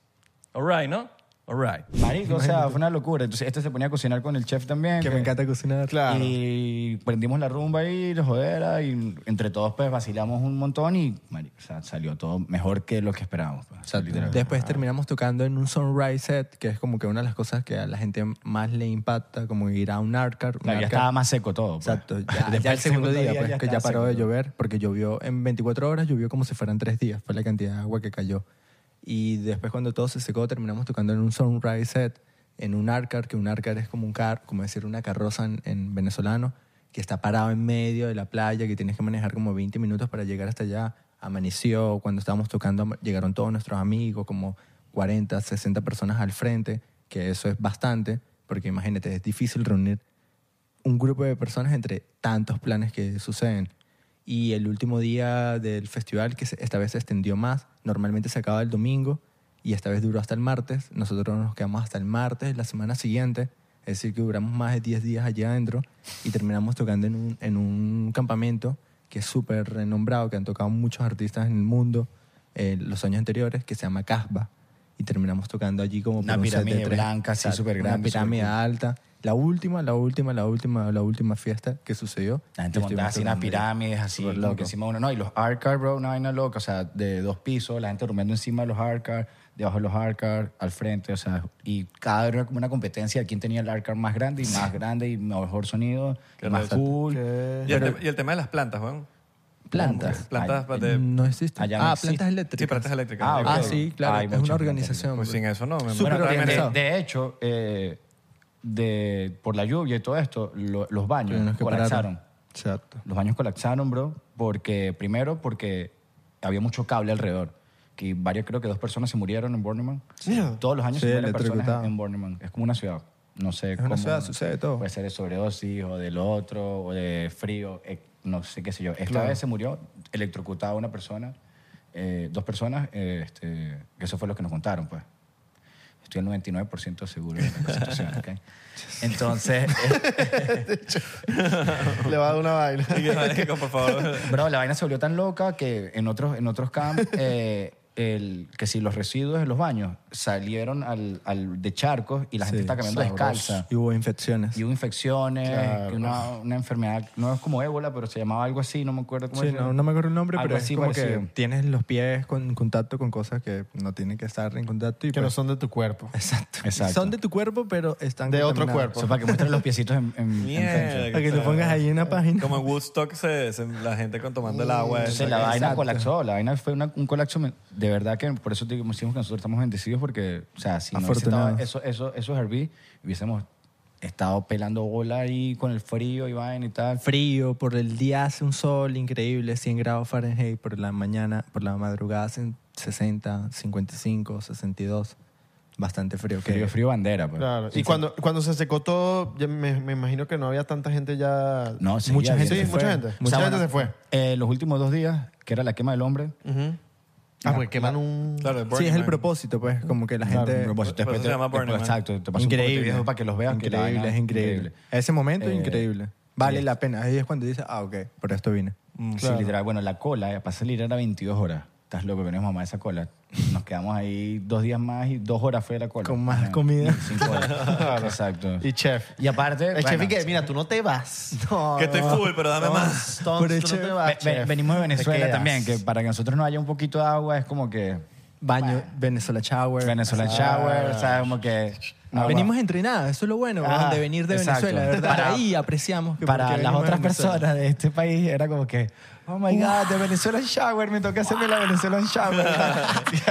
All right, ¿no? All right.
Marico, o sea, fue una locura. Entonces, este se ponía a cocinar con el chef también.
Que me encanta cocinar. Claro.
Y prendimos la rumba ahí, la jodera, y entre todos pues vacilamos un montón y marico, o sea, salió todo mejor que lo que esperábamos. pues. Literalmente.
Después terminamos tocando en un sunrise set, que es como que una de las cosas que a la gente más le impacta, como ir a un arcar. un
Claro, ya
arcar-
estaba más seco todo. pues.
Exacto. <laughs> Ya,
<laughs> Después
ya el segundo, día, pues, que ya
estaba
paró de
seco todo.
llover, porque llovió en 24 horas, llovió como si fueran 3 días, fue la cantidad de agua que cayó. Y después cuando todo se secó, terminamos tocando en un sunrise set, en un arcar, que un arcar es como un car, como decir una carroza en, en venezolano, que está parado en medio de la playa, que tienes que manejar como 20 minutos para llegar hasta allá. Amaneció, cuando estábamos tocando am- llegaron todos nuestros amigos, como 40, 60 personas al frente, que eso es bastante, porque imagínate, es difícil reunir un grupo de personas entre tantos planes que suceden. Y el último día del festival, que se- esta vez se extendió más, normalmente se acaba el domingo y esta vez duró hasta el martes. Nosotros nos quedamos hasta el martes, la semana siguiente, es decir, que duramos más de 10 días allá adentro y terminamos tocando en un, en un campamento que es súper renombrado, que han tocado muchos artistas en el mundo eh, los años anteriores, que se llama Casbah. Y terminamos tocando allí como
Una
por un set de
pirámide
tres.
blanca, así,
Exacto,
súper
Una
grande, súper
pirámide
cool.
alta. La última, la última, la última, la última fiesta que sucedió.
La gente
Y estuvimos
montaba así unas
tocando ahí.
pirámides, así
Súper
como
loco.
que encima de uno. No, y los hardcore, bro, una vaina loca, o sea, de dos pisos, la gente durmiendo encima de los hardcore, debajo de los hardcore, al frente, o sea, y cada vez era como una competencia de quién tenía el hardcore más grande y más grande y mejor sonido, y más cool.
Y el, te- y el tema de las plantas, Juan.
Plantas.
Plantas
Ay,
de...
No existe.
Allá no
ah,
existe.
plantas eléctricas.
Sí, plantas eléctricas.
Ah, ok.
Ah, sí, claro.
Hay
es
muchas
una
plantas
organización.
Pues sin eso no. me-
Bueno,
Súper
de- de, <laughs>
organizado.
de hecho, eh, de, por la lluvia y todo esto, lo- los
Tuvimos
baños
que
colapsaron.
parar. Exacto.
Los baños colapsaron, bro, porque primero porque había mucho cable alrededor. Que varias, creo que dos personas se murieron en Bornemann.
Yeah.
Todos los años
Sí,
se mueren personas
electrocutado.
en Bornemann. Es como una ciudad. No sé
una ciudad, sucede todo.
Puede ser de sobredosis o del otro o de frío, eh, no sé qué sé yo. Esta vez se murió electrocutada una persona, eh, dos personas, eh, este, que eso fue lo que nos contaron, pues. Estoy al 99% seguro de la situación,
<laughs>
¿ok? Entonces,
Le va a dar una vaina.
Sí, marico, por favor.
Bro, la vaina se volvió tan loca que en otros, en
<laughs>
otros camps, eh, el, que si los residuos de los baños salieron al, al- de charcos y la gente
Sí,
está caminando
sabroso.
descalza.
Y hubo infecciones.
Y hubo infecciones,
Claro.
que una, una enfermedad, no es como ébola, pero se llamaba algo así, no me acuerdo cómo
Sí,
era.
no, no me acuerdo el nombre,
Algo
pero es
así
como que
parecido.
tienes los pies con en contacto con cosas que no tienen que estar en contacto. Y
Que no
pues-
son de tu cuerpo.
<laughs> Exacto.
Exacto.
Son de tu cuerpo, pero están
De otro
contaminadas.
cuerpo.
Eso para que muestren los piecitos en, en- en
Mierda,
Facebook.
Para que te pongas ahí en una página.
Como en Woodstock se, se- la gente con tomando el agua.
Entonces
esa
la
que-
vaina
Exacto.
colapsó, la vaina fue una- un colapso men- de verdad que por eso te decimos que nosotros estamos bendecidos porque, o sea, si no hubiese
Afortunados.
estado eso, eso, esos Herbie, hubiésemos estado pelando bola ahí con el frío y vaina y tal.
frío, por el día hace un sol increíble, 100 grados Fahrenheit, por la mañana, por la madrugada hacen 60, 55, 62, bastante frío. que-
Frío, frío bandera, pues.
Claro. Y cuando, cuando se secó todo, ya me, me imagino que no había tanta gente ya.
No, seguía
Mucha
habiendo.
Sí,
se
mucha
fue.
gente.
Mucha
Mucha gente
bueno,
se fue.
eh, los últimos dos días, que era la quema del hombre, eh,
Ah, porque queman un.
Claro, el
Sí, es
Burning
el
Man.
propósito, pues, como que la
Claro,
gente...
un propósito.
por eso
Después
se
te-
llama Burning
después-
Man.
pues, exacto, te paso un poco de
Increíble,
video para que los veas. que la
Increíble,
vaina
es increíble. Ese momento
Eh,
increíble. Vale la pena. Ahí es cuando dices, ah, ok, por esto vine.
Mm, Sí, literal. Bueno, la cola, eh, para salir era 22 horas. Estás loco que no es mamá esa cola. Nos quedamos ahí dos días más y dos horas fue la cola.
Con más
Ajá,
comida.
Cinco horas. Exacto.
Y chef.
Y aparte,
El
bueno,
chef y que, mira, tú no te <laughs> vas. No,
Que estoy
no.
full, pero dame
No,
más.
Stones,
Pero el
tú no te
chef-
vas,
ve- ve-
chef.
venimos de
Te
Venezuela
quedas.
también, que para que nosotros nos haya un poquito de agua es como que
Baño, Venezuela Shower. Ah,
Venezuelan shower, ¿sabes? Como que...
Ah,
agua.
Venimos entrenadas, eso es lo bueno
Ah,
weón, de venir de
exacto.
Venezuela, de ¿verdad?
Para-
Ahí apreciamos que
para
porque
las
venimos de
otras
Venezuela.
personas de este país era como que, oh my God, de Venezuelan shower, me toca hacerme la Venezuelan <laughs> shower.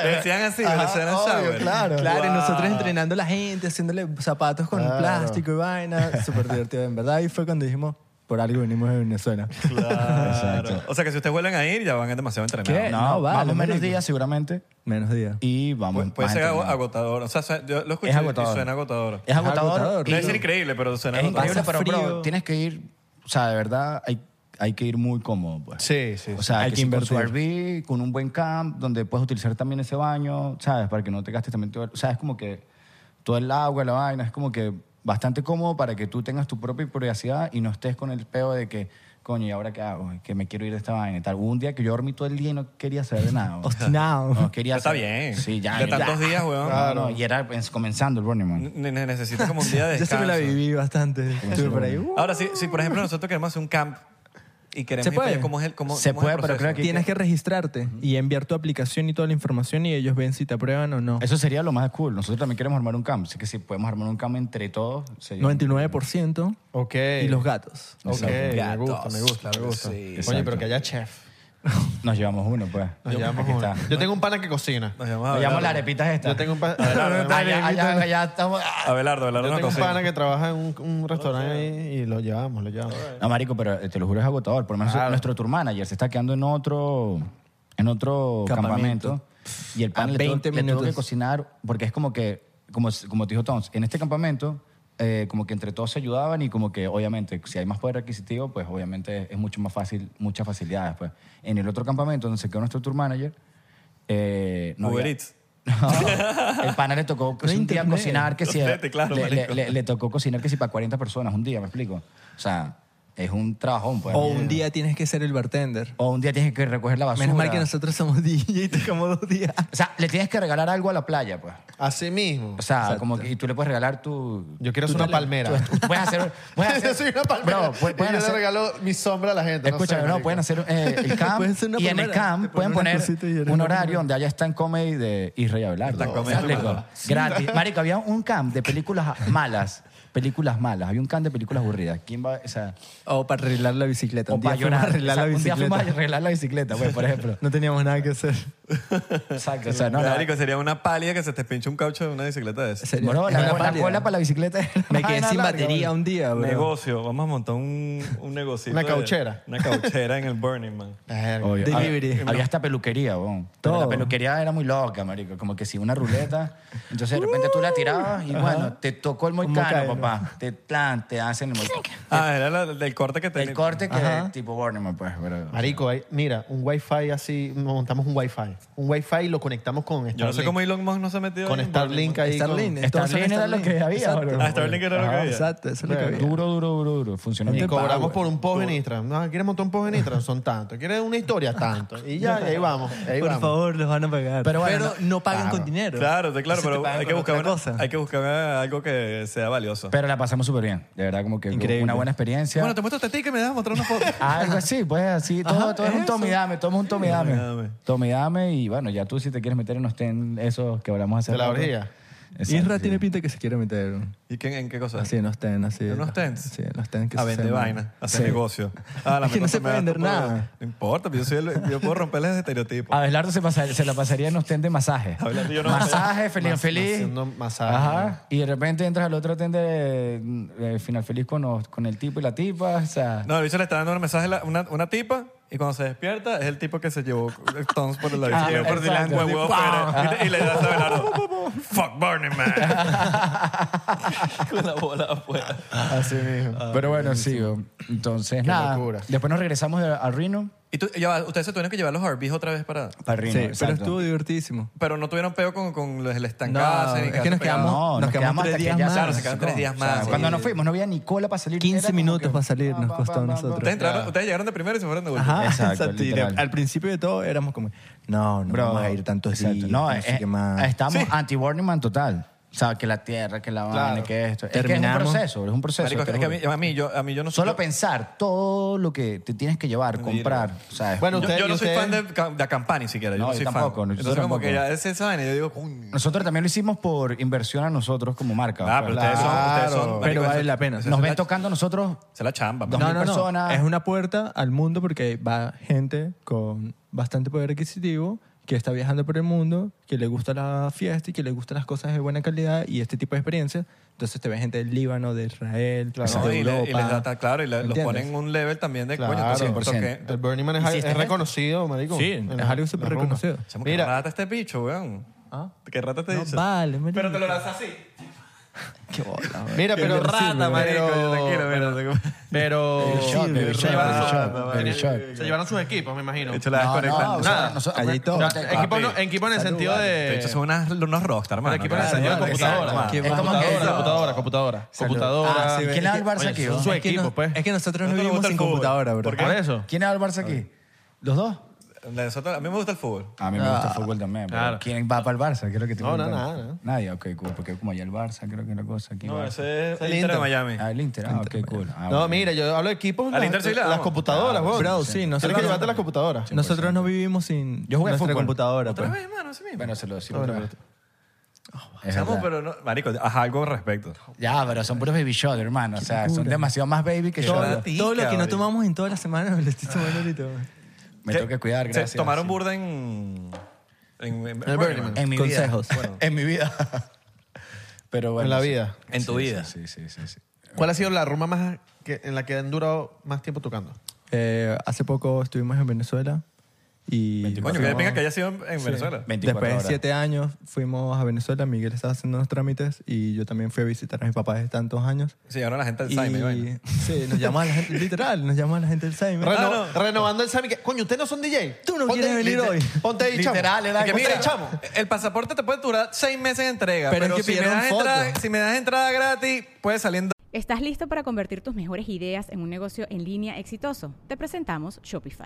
Le decían así,
Ajá,
Venezuela
obvio,
Shower.
Claro.
Claro, y nosotros entrenando a la gente, haciéndole zapatos con
Claro.
plástico y
<laughs>
vaina. Súper divertido, en verdad. Y fue cuando dijimos, por algo venimos de Venezuela.
Claro.
Exacto.
O sea que si ustedes vuelven a ir, ya van demasiado entrenados.
¿Qué?
No,
No, vale,
vamos menos
marico.
días seguramente
Menos días.
y vamos
Pu- Puede
más
ser
entrenados.
agotador. O sea, su- yo lo escuché
Es agotador.
y suena agotador.
Es agotador.
agotador.
y-
Debe ser increíble, pero suena
Es increíble,
Pasa
pero bro,
frío.
tienes que ir, o sea, de verdad hay, hay que ir muy cómodo. Pues.
Sí, sí.
O sea,
Hay
hay que,
que
ir con su
invertir.
RV, con un buen camp, donde puedes utilizar también ese baño, ¿sabes? Para que no te gastes también todo. el- O sea, es como que todo el agua, la vaina, es como que bastante cómodo para que tú tengas tu propia privacidad y no estés con el peo de que, coño, ¿y ahora qué hago? Que me quiero ir de esta vaina y tal. Hubo un día que yo dormí todo el día y no quería saber de nada. güey.
Obstinado.
No, quería
Pero está
saber-
bien.
Sí, ya.
De
ya.
tantos días, weón.
Claro. No, y era pues, comenzando el Burning Man.
Ne- ne- Necesitas como un día
<laughs>
de
Yo sí
descanso.
me la viví bastante. Estuve por ahí. uh,
Ahora, si, si por ejemplo nosotros queremos hacer un camp y queremos
¿Se
ir para
puede?
allá, ¿cómo es el, cómo, cómo
Se
es el
puede, pero
proceso?
creo
Tienes que registrarte y enviar tu aplicación y toda la información y ellos ven si te aprueban o no.
Eso sería lo más cool. Nosotros también queremos armar un camp. Así que si podemos armar un camp entre todos, sería
99%
Ok.
y los gatos.
Ok, me gusta, me gusta, me gusta. Oye, pero
Exacto.
que haya chef.
Nos llevamos uno, pues.
Nos
Yo-
llevamos
aquí
uno.
está.
Yo tengo un pana que cocina.
Nos llamamos
Nos
a
llevamos las
Abelardo.
arepitas estas.
Yo tengo
<laughs>
un pana.
allá, allá, allá estamos.
Abelardo, Abelardo
Yo
no
tengo un
cocina.
pana que trabaja en un, un
Oh,
restaurante ahí y lo llevamos, lo llevamos.
No, marico, pero eh, te lo juro es agotador. Por lo menos
Claro.
nuestro tour manager se está quedando en otro, en otro
Campamento.
campamento. Y el pan
A
le, tuvo-
20
le tuvo que
minutos.
cocinar porque es como que, como, como te dijo Tons, en este campamento eh, como que entre todos se ayudaban y como que obviamente si hay más poder adquisitivo, pues obviamente es, es mucho más fácil, muchas facilidades. Pues. En el otro campamento donde se quedó nuestro tour manager... Eh, no
Uber
había-
Eats.
No, el pana le tocó que
No
si un día
internet.
cocinar que si
Espérate, claro,
le, le-
marico.
le- le tocó cocinar que si para 40 personas un día, me explico. O sea, es un trabajón, pues.
O un día tienes que ser el bartender.
O un día tienes que recoger la basura.
Menos mal que nosotros somos <laughs> DJ y tocamos dos días.
O sea, le tienes que regalar algo a la playa, pues.
Así mismo.
O sea, como que y tú le puedes regalar tu
Yo quiero ser una palmera.
tú- puedes hacer
<laughs>
puedes hacer
Yo soy una palmera.
Bro, pu-
y
pueden
yo le
hacer-
regalo mi sombra a la
<laughs>
gente.
Escúchame,
no,
no,
sé, marico.
pueden hacer eh, el camp
Pueden hacer una
y en el
palmera,
camp
te ponen
pueden poner
una cosita y eres
un
una
horario
palmera.
donde allá está en comedy de Israel Abelardo.
Stand comedy.
¿Me explico? Gratis. Marico, había un camp de películas malas, películas malas, había un camp de películas aburridas. ¿Quién va, o sea,
O para arreglar la bicicleta.
o
un día
para
fuimos
llorar?
a arreglar
O sea,
la
un día fuimos a
bicicleta.
arreglar la bicicleta, pues,
<laughs>
por ejemplo.
No teníamos nada que hacer.
Exacto, o sea, no, la,
Marico, sería una pálida que se te pinche un caucho de una bicicleta de esa.
Sería-
Bro,
es
la-
una
la
pálida.
cola para la bicicleta. era
Me quedé
vaina
sin
larga,
batería
bro.
un día, bro.
Negocio. Vamos a montar un, un negocio.
Una cauchera.
una cauchera en el Burning Man.
Verga.
Obvio.
Delivery.
Había- Había hasta peluquería, bon. Pero la
Todo.
peluquería era muy loca, marico. Como que si una ruleta. Entonces de repente tú la tirabas y bueno, te tocó el moicano,
moicano.
papá. Te, plan, te hacen el moicano.
<laughs> Ah, era la- del corte que tenía.
El corte que tipo Burning Man, pues. Pero,
Marico, ahí- mira, un wifi así, montamos un wifi. Un wifi y lo conectamos con Starlink.
Yo no sé cómo Elon Musk no se ha metido
Con
ahí en Burning
Starlink
Man.
ahí. con-
Starlink.
Starlink
Entonces,
era lo que había,
Exacto.
bro.
Ah, Starlink era lo que
Ajá,
había.
Exacto, eso es lo que había.
Duro, duro, duro, duro. Funcionó
Y
bien.
cobramos por un post en Instagram. No, ¿Quieres montar un post en Instagram? Son tantos. ¿Quieres una historia? Tanto. Y ya, y ahí vamos. Ahí
Por
vamos.
favor, los van a pagar. Pero, no, pagan
Claro.
con dinero.
Claro,
<laughs>
sí, claro,
Entonces te
pero
pagan
hay que,
con
buscar
otra
una-
cosa.
hay que buscar algo que sea valioso.
Pero la pasamos súper bien. De verdad, como que
Increíble.
una buena experiencia.
Bueno, te muestro este ticket y me das a mostrar una
<laughs>
foto.
Algo así, pues así, todo, todo es un tome y dame, todo es un tome y dame.
dame.
Tome y dame y bueno, ya tú si te quieres meter en los ten esos que hablamos hace
De la
rato.
orgía.
Exacto,
Isra
sí.
tiene pinta que se quiere meter.
¿Y qué- en qué cosa?
Así, en los ten, así.
¿En los tents?
Sí, en los ten. que
a
se
vender
llama.
vaina, a hacer
Sí.
negocio. Ah,
<laughs>
la
Es que no
mejor
se puede
me da
vender
tu poder.
nada. Ah,
No importa, pero yo, soy el- yo puedo romperles ese estereotipo.
Abelardo se, pasa- se la pasaría en los ten de masaje.
Abelardo, yo no-
masaje, feliz,
Mas-
feliz.
haciendo masaje.
Ajá. Y de repente entras al otro ten de, eh, final feliz con, los- con el tipo y la tipa. O sea,
<laughs> No, el bicho le está dando un mensaje a la- una, una tipa y cuando se despierta es el tipo que se llevó el Tons por la
Ah,
bicicleta. por
exacto.
Dylan, huevo,
Sí,
fuera. Y, y le das a Abelardo. Fuck Burning Man. Con la bola afuera.
Así mismo.
pero bueno, sí. Entonces, nada.
locura.
Después nos regresamos de- a Reno.
Y tú, ya va, ustedes se tuvieron que llevar los Arby's otra vez para...
Parrino,
Sí, pero
exacto.
estuvo divertidísimo.
Pero no tuvieron peo con, con los- el
No,
estancado.
es que nos quedamos-
No, nos,
nos quedamos
quedamos
tres
hasta que
días
ya
más.
salió,
Claro, se quedaron tres
¿no?
días
O sea,
más,
Cuando
sí.
nos fuimos no había ni cola para salir.
15
Era como
minutos
que,
para salir
pa,
nos
pa,
costó a
pa, pa,
nosotros.
pa.
Ustedes, entraron, ustedes llegaron de primero y se fueron de vuelta.
Ajá, <laughs>
Exacto,
exacto. y de-
literal.
al principio de todo éramos como, no, no
Bro,
vamos a ir tantos
exacto.
días.
No,
sé
eh,
qué más.
estamos anti-warning man total. O sea, que la tierra, que la vaina,
Claro.
que esto. Es que es
Terminamos.
un proceso, es un proceso.
Marico,
te
es que a mí,
juro.
a mí, yo, a mí yo no soy...
Solo
yo-
pensar todo lo que te tienes que llevar, comprar. O sea, es-
Bueno,
Yo,
ustedes-
yo no soy
ustedes-
fan de, ca- de Campari ni siquiera. Yo
No,
no,
yo
soy
tampoco,
fan.
yo
Entonces, como
tampoco.
que ya es esa vaina. Yo digo, coño.
nosotros también lo hicimos por inversión a nosotros como marca.
Ah, pero
pues.
ustedes son. Ustedes son
Pero
marico,
vale
eso-
la pena.
eso
Nos
es
ven
la-
tocando nosotros
esa es la chamba.
Dos
man.
mil personas.
Es una puerta al mundo porque va gente con bastante poder adquisitivo que está viajando por el mundo, que le gusta la fiesta y que le gustan las cosas de buena calidad y este tipo de experiencias. Entonces te ve gente del Líbano, de Israel,
No,
de
y, le- y
Europa.
les da, ta- claro, y le- los
¿Entiendes?
ponen en un level también de
Claro,
coño. Entonces,
100%.
porque-
El Burning Man es, es reconocido, marico.
Sí,
en
es
la-
algo súper
la rumba.
reconocido.
chamo, ¿Qué
Mira,
rata este bicho, weón?
¿Ah?
¿Qué rata te
No
dice?
vale, marico.
Pero te lo lanzas así.
<laughs> Qué bola, güey.
mira, pero
Rata, marico. yo Tranquilo, mira.
<laughs>
Pero
shot, baby
se
shot,
llevaron
baby
su-
shot, baby shot.
se llevaron sus equipos, me imagino.
Te la desconectando.
nosotros-
Nada.
nosotros-
Allí todo.
no,
O sea,
te-
equipo, no- equipo en el sentido
De hecho,
de
son unas- unos rockstar, mano.
equipo en el
Claro,
sentido de
claro,
computadora.
exacto,
Es como
computadora,
que-
computadora, computadora, computadora.
Ah, sí, ¿quién le da el Barça
Oye,
aquí,
son
no?
su
Es
que no-
equipo, pues.
Es que nosotros no
Nosotros nos
vivimos
gusta
sin
el fútbol.
computadora, bro.
¿Por
Por eso.
ah, ¿Quién es el Barça aquí? ¿Los dos?
mano. Nosotros- A mí me gusta el fútbol.
A mí me gusta el fútbol también. pero
Claro.
¿Quién va para el Barça? Creo que te
No,
preguntan.
no, nada, nada.
Nadie, ok, cool. Porque como ya el Barça, creo que es la cosa aquí.
No,
Barça.
ese es
el
el Inter de
Inter.
Miami.
Ah, el Inter. Ah, ok, cool. Ah,
No,
bueno.
mira, yo hablo de equipos,
Al Inter
las,
sí le
las
damos.
computadoras, weón.
Bro, sí,
Tienes
nosotros,
que llevarte las computadoras.
nosotros no vivimos sin
Yo jugué
nuestra
fútbol.
computadora.
Otra
pues.
vez, mano, así mismo.
Bueno, se lo decimos otra vez. Es
Chamo,
verdad.
pero no. Marico, haz algo al respecto.
Ya, pero son puros baby shot, hermano. O sea, son demasiado más baby que yo.
Todo,
Ratica,
todo lo que no
marico.
tomamos en toda la semana <laughs> me lo estoy tomando ahorita. güey.
Me
¿Qué?
tengo que cuidar,
Se
gracias.
tomaron
Sí.
burda en. En, en,
El Burning Man.
En mi
Consejos.
vida. <laughs> en mi vida. Pero bueno.
En la
sí.
vida.
En tu
Sí,
vida.
Sí, sí, sí. sí.
¿Cuál ha sido la rumba más que- en la que han durado más tiempo tocando?
Eh, hace poco estuvimos en Venezuela y
24.
Coño, que de pinga que haya sido en, en Venezuela.
24
después de
horas.
siete años fuimos a Venezuela. Miguel estaba haciendo unos trámites y yo también fui a visitar a mis papás de tantos años.
Se llevaron a la gente del
Y,
Saime, vaina.
sí, nos llamó a la gente, literal, nos llamó a la gente del Saime.
Reno- Renovando el Sammy. que, Coño, ustedes no son DJ.
Ah, Tú no
Ponte
quieres
ahí,
venir
liter-
hoy.
Ponte ahí, chamo.
Literal, era
Es
Que
que
mira,
mira, chamo.
el pasaporte te puede durar seis meses de entrega,
Pero
pero,
es que
si, me
pidieron
das
foto.
entrada, si me das entrada gratis, puedes salir en
¿Estás listo para convertir tus mejores ideas en un negocio en línea exitoso? Te presentamos Shopify.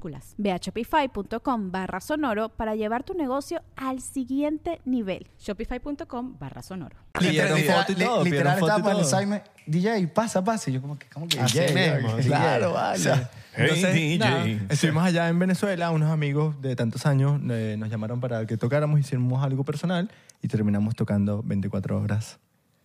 Ve a shopify.com barra sonoro para llevar tu negocio al siguiente nivel.
Shopify.com barra sonoro.
Pidieron
Literal,
foto y
li-
todo, pidieron
literal
foto y
estábamos en el
todo.
Saime, DJ, pasa, pasa. Y yo como que, ¿cómo que
Así mismo,
bro?
DJ.
Claro, vale.
O sea,
Hey, DJ.
nada, estuvimos allá en Venezuela, unos amigos de tantos años eh, nos llamaron para que tocáramos, hicimos algo personal y terminamos tocando 24 horas,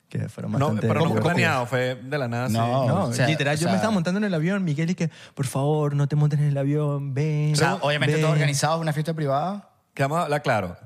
que fueron
No,
bastante...
pero no fue
divertidas.
planeado, fue de la nada.
No.
sí.
No,
O sea,
literal,
o
yo
sea-
me estaba montando en el avión, Miguel, y que, por favor, no te montes en el avión, ven.
O sea, obviamente
ven".
todo organizado, una fiesta privada.
Que vamos a hablar claro.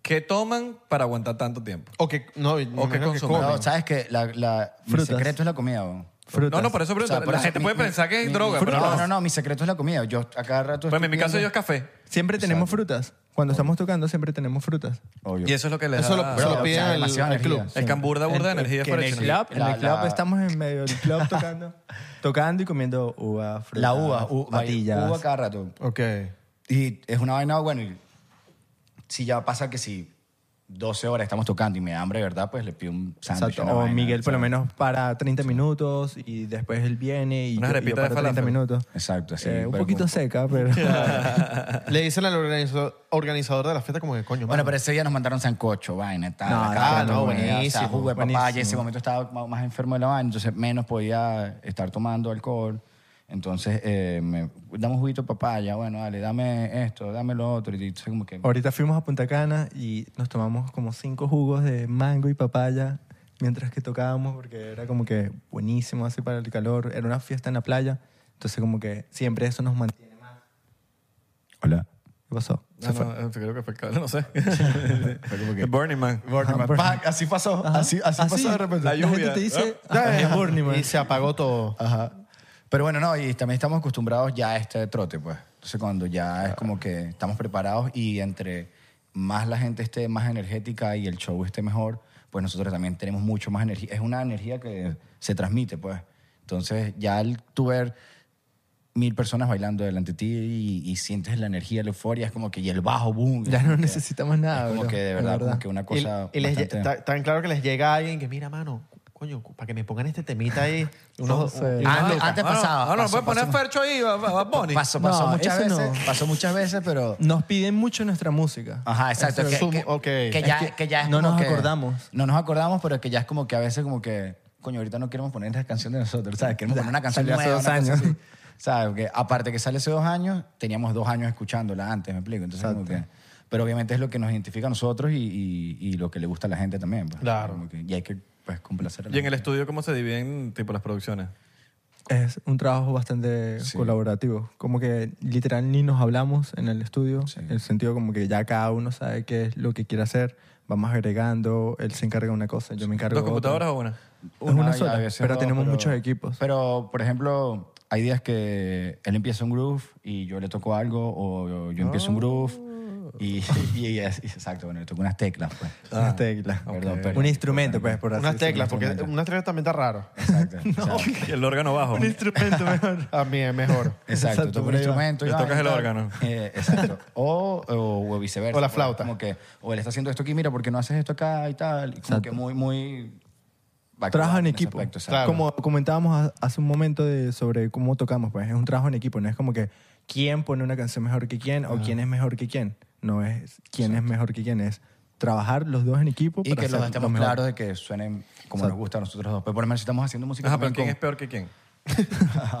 ¿Qué toman para aguantar tanto tiempo?
O que, no, me imagino que
consumen.
comen.
No, sabes que la, la, mi
Frutas.
secreto es la comida. bro.
Frutas.
No, no, por eso
O sea,
pregunto.
por
la
eso
gente
mi-
puede
mi-
pensar que es
mi-
droga,
mi-
pero
no,
no.
no, no, mi secreto es la comida. Yo a cada rato.
Pues en mi
estoy
caso yo
viendo-
es café.
Siempre tenemos frutas. Cuando estamos tocando, siempre tenemos frutas.
Obvio.
Y eso es lo que les
Eso
da...
lo-
Bro,
lo piden al-
demasiada
al club.
energía.
el camburda burda de energía
Que en el
Fortune.
club, en
La-
el club
la-
estamos en medio del club
<laughs>
tocando, tocando y comiendo uva, fruta,
La uva, u-
patillas.
uva cada rato.
Ok.
Y es una vaina, bueno, y si ya pasa que si 12 horas estamos tocando y me da hambre, ¿verdad? Pues le pido un sándwich.
Exacto.
una
O
vaina,
Miguel por lo
¿sabes?
menos para 30 minutos y después él viene y
Una
yo, y yo
arepita de
paro 30
falafel.
minutos.
Exacto, sí,
Eh, un
pero
poquito
como- <laughs>
seca, pero... <laughs>
Le dicen al organizador, organizador de la fiesta como que coño.
Bueno,
mano.
pero ese día nos mandaron sancocho, vaina, tal.
No,
la
no,
cara,
no,
todo, vaina, O sea,
buenísimo,
jugo de papaya.
buenísimo.
Ese momento estaba ma- más enfermo de la vaina, entonces menos podía estar tomando alcohol. Entonces, eh, me, dame un juguito de papaya, bueno, dale, dame esto, dame lo otro. Y entonces como que...
Ahorita fuimos a Punta Cana y nos tomamos como cinco jugos de mango y papaya mientras que tocábamos porque era como que buenísimo así para el calor. Era una fiesta en la playa. Entonces como que siempre eso nos mantiene más.
Hola.
¿Qué pasó?
No, no, eh, creo que fue el calor, no sé.
<laughs> Fue como que-
El Burning Man.
<laughs> Burning Man. Pa, así pasó, así, así pasó de repente.
La lluvia.
Ah, gente te dice,
Ya,
"Ah,
ya.
es Burning Man".
Y se apagó todo.
Ajá. Pero bueno, no, y también estamos acostumbrados ya a este trote, pues. Entonces, cuando ya es como que estamos preparados y entre más la gente esté más energética y el show esté mejor, pues nosotros también tenemos mucho más energía. Es una energía que se transmite, pues. Entonces, ya al tú ver mil personas bailando delante de ti y, y sientes la energía, la euforia, es como que y el bajo, boom.
Ya
es
no
como que-
necesitamos nada,
Es como
bro,
que de
la
verdad, como
verdad.
que una
Y-
cosa.
y les lle-
bastante-
ta- tan claro que les llega alguien que, mira, mano, coño, para que me pongan este temita ahí. Unos,
sé.
unos
Antes-
locas.
antes
Ah, no,
pasaba,
ah, no,
pasó,
puedes poner
pasó.
Fercho ahí, va- va- va Bunny.
Pasó, pasó
No,
muchas
eso
veces,
no.
pasó muchas veces, pero
Nos piden mucho nuestra música.
Ajá, exacto. Que,
Eso.
que-
Ok.
que
Es
ya,
que
que ya es
no
como
nos
que-
acordamos.
No nos acordamos, pero que ya es como que a veces como que, coño, ahorita no queremos poner esa canción de nosotros, ¿sabes? Queremos poner una canción
salió hace
nueva,
dos
una cosa
años.
así. ¿Sabes? Que aparte que sale hace dos años, teníamos dos años escuchándola antes, ¿me explico? Entonces como que- pero obviamente es lo que nos identifica a nosotros y, y- y lo que le gusta a la gente también. pues.
Claro.
Como que- y hay que, pues, complacer a la
¿Y en el
gente.
estudio cómo se dividen tipo las producciones?
Es un trabajo bastante
Sí.
colaborativo. Como que literal ni nos hablamos en el estudio.
Sí.
En el sentido como que ya cada uno sabe qué es lo que quiere hacer. Vamos agregando. Él se encarga de una cosa, yo me encargo
¿Dos
de otra.
computadoras o una? <laughs>
Es una
y a
sola,
veces
pero
dos,
tenemos muchos equipos.
Pero, por ejemplo, hay días que él empieza un groove y yo le toco algo, o yo, yo empiezo un groove y, <laughs> y, y- exacto, bueno, le toco unas teclas, pues.
Ah, Unas teclas.
Perdón, perdón.
Un instrumento, pues, por así
unas
decirlo.
teclas, porque unas teclas también está raro.
<laughs>
<laughs>
<laughs>
Exacto. o sea,
Y el órgano bajo.
instrumento mejor.
A mí es <laughs> mejor. Ah,
Exacto, toco un instrumento. y
Le
vaina
tocas
y
el
tal.
órgano.
<laughs> Eh, exacto. O, o, o viceversa.
O la
pues,
flauta.
Como que, o él está haciendo esto aquí, mira, ¿por qué no haces esto acá y tal? Y como
Exacto.
que muy, muy...
Trabajo en
ese
equipo.
aspecto, exacto.
Claro.
Como comentábamos ha- hace un momento de, sobre cómo tocamos, pues es un trabajo en equipo, no es como que quién pone una canción mejor que quién o quién es mejor que quién. No es quién es mejor que quién, es trabajar los dos en equipo
Y
para
que los
hacer lo
estemos
mejor.
claros de que suenen como nos gusta a nosotros dos. Pero por lo menos si estamos haciendo música...
Ajá,
también
pero ¿quién
con- Ah,
es peor que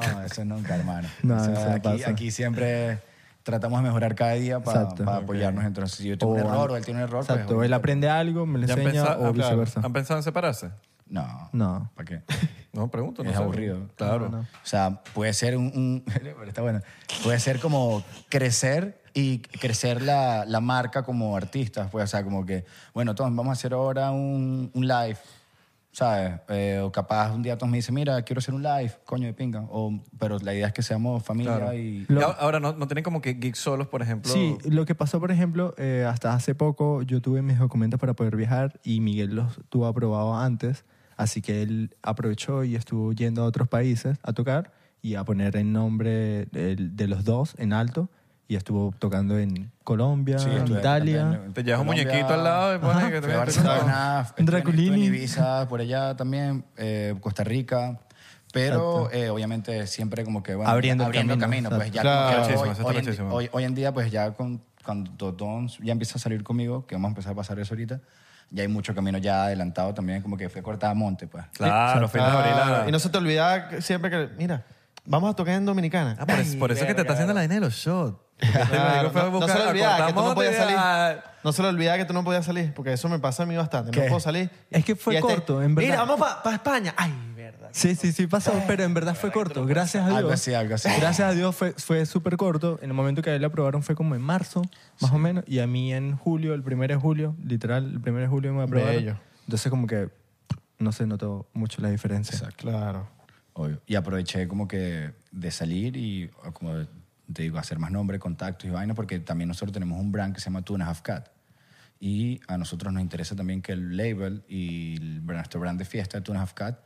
quién?
<laughs> No, eso nunca, hermano.
No,
Eso
eso no
aquí,
pasa.
aquí siempre tratamos de mejorar cada día para
Exacto.
apoyarnos. Entonces, si yo tengo un
O-
error o él tiene un error,
Exacto,
pues...
él aprende algo, me lo
¿Ya han
enseña
pensado-
o
ah, claro.
viceversa.
¿Han pensado en separarse?
No.
No.
¿Para qué?
No, pregunto. No
Es
sé.
aburrido.
Claro.
O sea, puede ser un... un- <laughs> pero está bueno. Puede ser como crecer y crecer la, la marca como artistas. Pues, o sea, como que, bueno, todos vamos a hacer ahora un, un live. ¿Sabes? Eh, o capaz un día todos me dicen, mira, quiero hacer un live, coño de pinga. O, pero la idea es que seamos familia
Claro.
y...
Y ahora- Ahora, ¿no, ¿no tienen como que gigs solos, por ejemplo?
Sí, lo que pasó, por ejemplo, eh, hasta hace poco yo tuve mis documentos para poder viajar y Miguel los tuvo aprobado antes, así que él aprovechó y estuvo yendo a otros países a tocar y a poner el nombre del- de, los dos en alto y estuvo tocando en Colombia,
Sí,
en
estuve
Italia.
también en
Te llevas un
Colombia,
muñequito al lado y pones que te
fui a
metes.
Barcelona, estuve en-
Draculini.
estuve en Ibiza, por allá también, eh, Costa Rica. Pero eh, obviamente siempre como que bueno,
Abriendo el
camino,
camino,
pues ya
exacto.
como que
Claro. Muchísimo,
hoy, hoy en, di-
muchísimo.
hoy- hoy en día pues ya con, cuando Don ya empieza a salir conmigo, que vamos a empezar a pasar eso ahorita, ya hay mucho camino ya adelantado también, como que fue cortada monte pues.
Claro, fines de abril.
Claro,
ah.
Y no se te olvidaba que- siempre que, mira, vamos a tocar en Dominicana.
Ah, por, eso- por eso es que te está haciendo la vaina de los shots.
<laughs> Claro, <laughs> no, no se le olvidaba que tú no podías salir.
salir.
No se le olvidaba que tú no podías salir, porque eso me pasa a mí bastante.
¿Qué?
No puedo salir.
Es que fue
Y este,
corto, en verdad.
Mira, vamos para España. Ay, verdad.
Sí, sí, sí pasó, pero en verdad fue corto, gracias a Dios.
Algo así, algo así.
Gracias a Dios fue, fue súper corto. En el momento que a él le aprobaron fue como en marzo, más o menos. Y a mí en julio, el 1 de julio, literal, el 1 de julio me aprobaron.
Bello.
Entonces como que no se notó mucho la diferencia.
Claro.
Obvio. Y aproveché como que de salir y o como te digo, hacer más nombre, contactos y vaina, porque también nosotros tenemos un brand que se llama Two and a Half Cat. Y a nosotros nos interesa también que el label y el- nuestro brand de fiesta, Two and a Half Cat,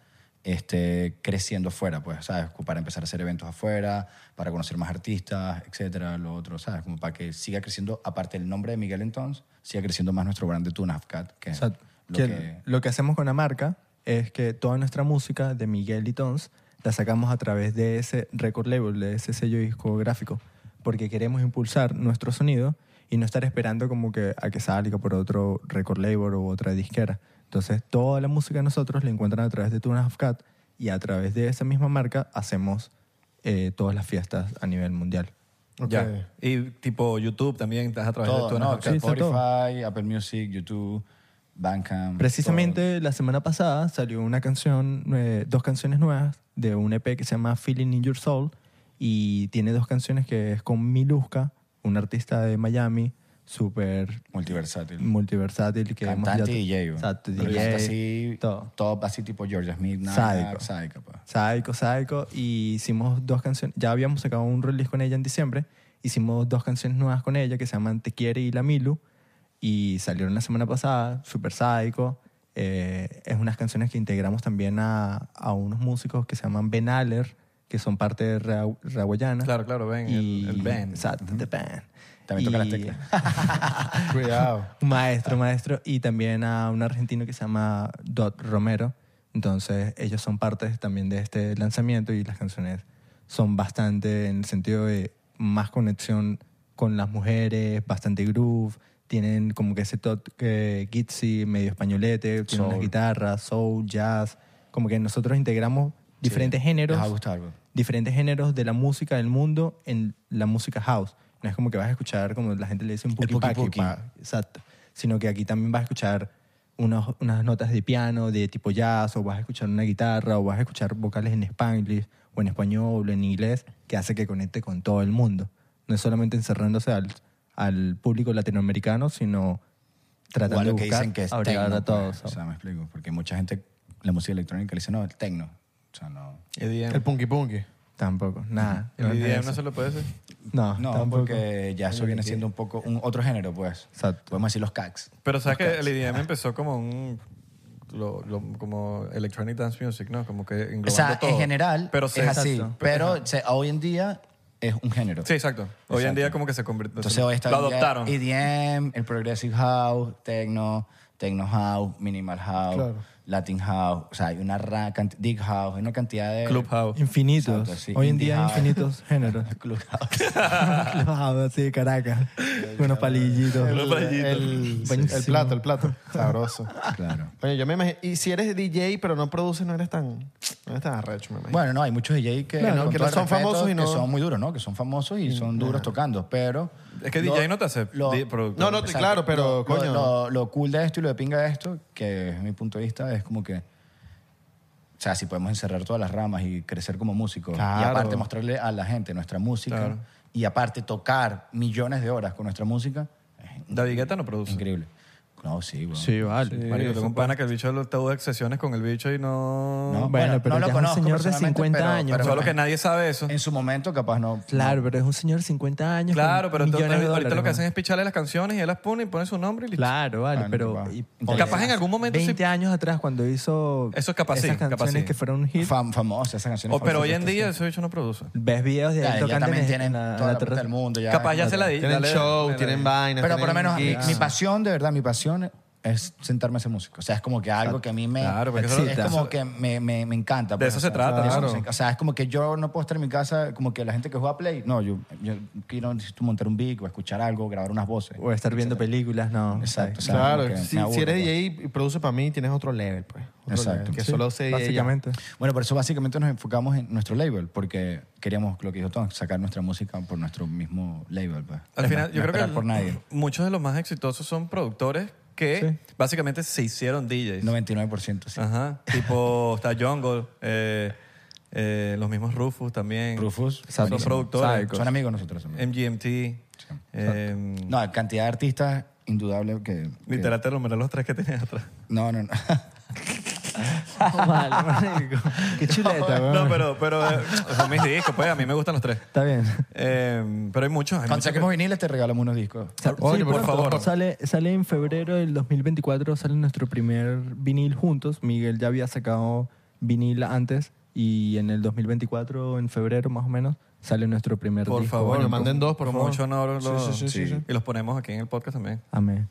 esté creciendo afuera, pues, ¿sabes? Para empezar a hacer eventos afuera, para conocer más artistas, etcétera, lo otro, ¿sabes? Como para que siga creciendo, aparte del nombre de Miguel entonces, siga creciendo más nuestro brand de Two and a Half Cat, que es
Exacto.
lo
Que
que...
el- lo que hacemos con la marca es que toda nuestra música de Miguel y Tons la sacamos a través de ese record label, de ese sello discográfico, porque queremos impulsar nuestro sonido y no estar esperando como que a que salga por otro record label o otra disquera. Entonces, toda la música de nosotros la encuentran a través de Tunas of Cat y a través de esa misma marca hacemos eh, todas las fiestas a nivel mundial.
Ok.
Ya. Y tipo YouTube también estás a través de
Todo,
tu
¿no?
Anahawk.
sí, está todo.
Spotify, Apple Music, YouTube, Bandcamp.
Precisamente la semana pasada salió una canción, eh, dos canciones nuevas de un EP que se llama Feeling in Your Soul y tiene dos canciones que es con Miluska, un artista de Miami, súper
todo. Multiversátil.
multiversátil. Que hemos
Cantante
ya-
y DJ. bro.
Exacto,
Pero
DJ,
canta así,
todo.
top, así tipo Georgia Smith, pues. nada,
Sádico.
sádico, pa.
Psycho, Psycho, y hicimos dos canciones, ya habíamos sacado un release con ella en diciembre, hicimos dos canciones nuevas con ella que se llaman Te Quiere y La Milu, y salieron la semana pasada, Super Psycho, eh, es unas canciones que integramos también a, a unos músicos que se llaman Ben Aller, que son parte de Ra- Raguayana.
Claro, claro, Ben,
Y-
el- el Ben.
Exacto, the Ben.
También toca
Y-
las teclas. Cuidado.
<laughs>
un maestro, maestro, y también a un argentino que se llama Dot Romero. Entonces, ellos son partes también de este lanzamiento y las canciones son bastante en el sentido de más conexión con las mujeres, bastante groove, tienen como que ese toque gitsy, medio españolete, tienen unas
Soul.
guitarras, soul, jazz, como que nosotros integramos diferentes géneros
Les va a gustar, bro.
diferentes géneros de la música del mundo en la música house. No es como que vas a escuchar, como la gente le dice, un
El
puki paki,
puki-puki.
pa. exacto. Sino que aquí también vas a escuchar unos- unas notas de piano, de tipo jazz, o vas a escuchar una guitarra, o vas a escuchar vocales en spanglish, o en español, o en inglés, que hace que conecte con todo el mundo. No es solamente encerrándose al, al público latinoamericano, sino
O a
tratando
lo
de
que
buscar
dicen que es
agregar
tecno,
a todos.
pues. O sea, me explico. Porque mucha gente, la música electrónica le dice, no, el tecno. O sea, no.
EDM.
El punky punky.
Tampoco, nada.
El
no es
EDM
eso.
no se lo puede hacer.
No,
No,
Ah, tampoco.
porque ya eso viene siendo un poco un otro género, pues.
Exacto.
Podemos decir los cags.
Pero sabes
Los
que el
cats.
EDM empezó como un lo- lo- como electronic dance music, ¿no? Como que englobando
O sea,
todo.
en general
pero se-
es así.
Exacto.
Pero se- hoy en día es un género.
Sí, exacto. Hoy en
Exacto.
día como que se convirtió.
Entonces hoy está E
lo
ya
adoptaron.
EDM, el Progressive House, Techno, Techno House, Minimal House,
Claro.
Latin House. O sea, hay una ra- canti- Deep House, hay una cantidad de...
Club House.
Infinitos.
Exacto, sí.
Hoy en
Indie
día
house.
infinitos géneros.
Club House.
Clubhouse, sí, Caracas. Con unos palillitos.
Los rayitos.
el,
Buenísimo.
el plato, el plato. Sabroso.
Claro.
Oye, yo me imagino. Y si eres DJ, pero no produces, no eres tan. No eres tan arrecho, me imagino.
Bueno, no, hay muchos DJ que,
Claro,
con
que
todo
no
el
son famosos y no- Mm, eh.
Que son muy duros, ¿no? Que son famosos y son duros tocando, pero...
Es que
lo-
DJ no te hace
lo-
di- productor.
no, no, te-
Exacto.
claro, pero
Lo-
coño.
Lo, lo cool de esto y lo de pinga de esto, que es mi punto de vista, es como que. O sea, si podemos encerrar todas las ramas y crecer como músicos. Y
Claro.
aparte mostrarle a la gente nuestra música.
Claro.
Y aparte tocar millones de horas con nuestra música. Es
David Guetta no produce.
increíble. No, sí, güey.
Sí, vale.
Marico, tengo un pana que el bicho lo tuvo de sesiones con el bicho y no...
No,
Bueno, pero
no lo
ya es un
conozco
señor de
personalmente,
50
pero-
años.
pero
Solo que nadie sabe eso.
En su momento, capaz no.
Claro, pero es un señor de 50 años.
Claro,
con
pero entonces,
millones de
ahorita lo que
dólares,
hacen
¿no?
es picharle las canciones y él las pone y pone su nombre y listo.
Claro, vale,
Bueno,
pero.
capaz.
y-
Inteligente.
Capaz en algún momento sí.
20 años atrás, cuando hizo.
Eso es capaz sí,
Esas
capaz
canciones
sí.
que fueron un hit.
Fam, famosa, esas canciones.
O, Oh, pero hoy
famosas,
en día ese bicho no produce.
Ves videos de
Ya,
él
ya
tocando
también
en-
tienen
en la, en
toda la
la
plata del
terraza.
mundo. Ya,
Capaz ya se la di.
Tienen
dale-
show,
dale-
tienen vainas.
Pero por lo
tienen
menos mi,
gigs.
mi pasión, de verdad, mi pasión es sentarme a hacer música. O sea, es como que algo que a mí me...
Ah, Claro, porque
es
eso-
como que me, me, me encanta.
De
pues,
eso
o
se
sea,
trata,
de eso
claro.
me- O sea, es como que yo no puedo estar en mi casa, como que la gente que juega Play, no, yo, yo quiero montar un beat o escuchar algo, grabar unas voces.
O estar viendo películas, no.
Exacto. o sea, como
Claro,
que
si,
me aburro,
si eres
pues.
DJ y produces para mí, tienes otro level, pues. Otro
Exacto.
level, que
Sí,
solo se
Básicamente. <laughs>
Bueno, por eso básicamente nos enfocamos en nuestro label, porque queríamos, lo que dijo Tom, sacar nuestra música por nuestro mismo label. pues.
Al
No-
final,
no
yo creo que
esperar
<laughs>
por nadie.
muchos de los más exitosos son productores que básicamente se hicieron DJs.
99% sí.
Ajá. Tipo, está Jungle, eh, eh, los mismos Rufus también.
Rufus,
Son
buenísimo.
productores.
Psycho.
Son amigos nosotros. también.
MGMT. eh,
No, cantidad de artistas indudable que... que-
ni trata de nombrar los tres que
<laughs>
tienes atrás.
No, no, no.
Vale, marico. Qué chuleta, weón.
No, pero, pero eh, son mis discos, pues a mí me gustan los tres.
Está bien.
Eh, pero hay muchos. hay
Cuando
muchos
saquemos
que-
viniles te regalamos unos discos.
Sa-
Oye,
sí,
por
pronto.
favor.
Sale, sale en febrero del 2024, sale nuestro primer vinil juntos. Miguel ya había sacado vinil antes y en el 2024, en febrero más o menos, sale nuestro primer
Por
disco.
favor,
Bueno, manden dos, por
con
favor.
mucho honor.
Sí,
los-
sí, sí, sí, sí.
Y los ponemos aquí en el podcast también.
Amén.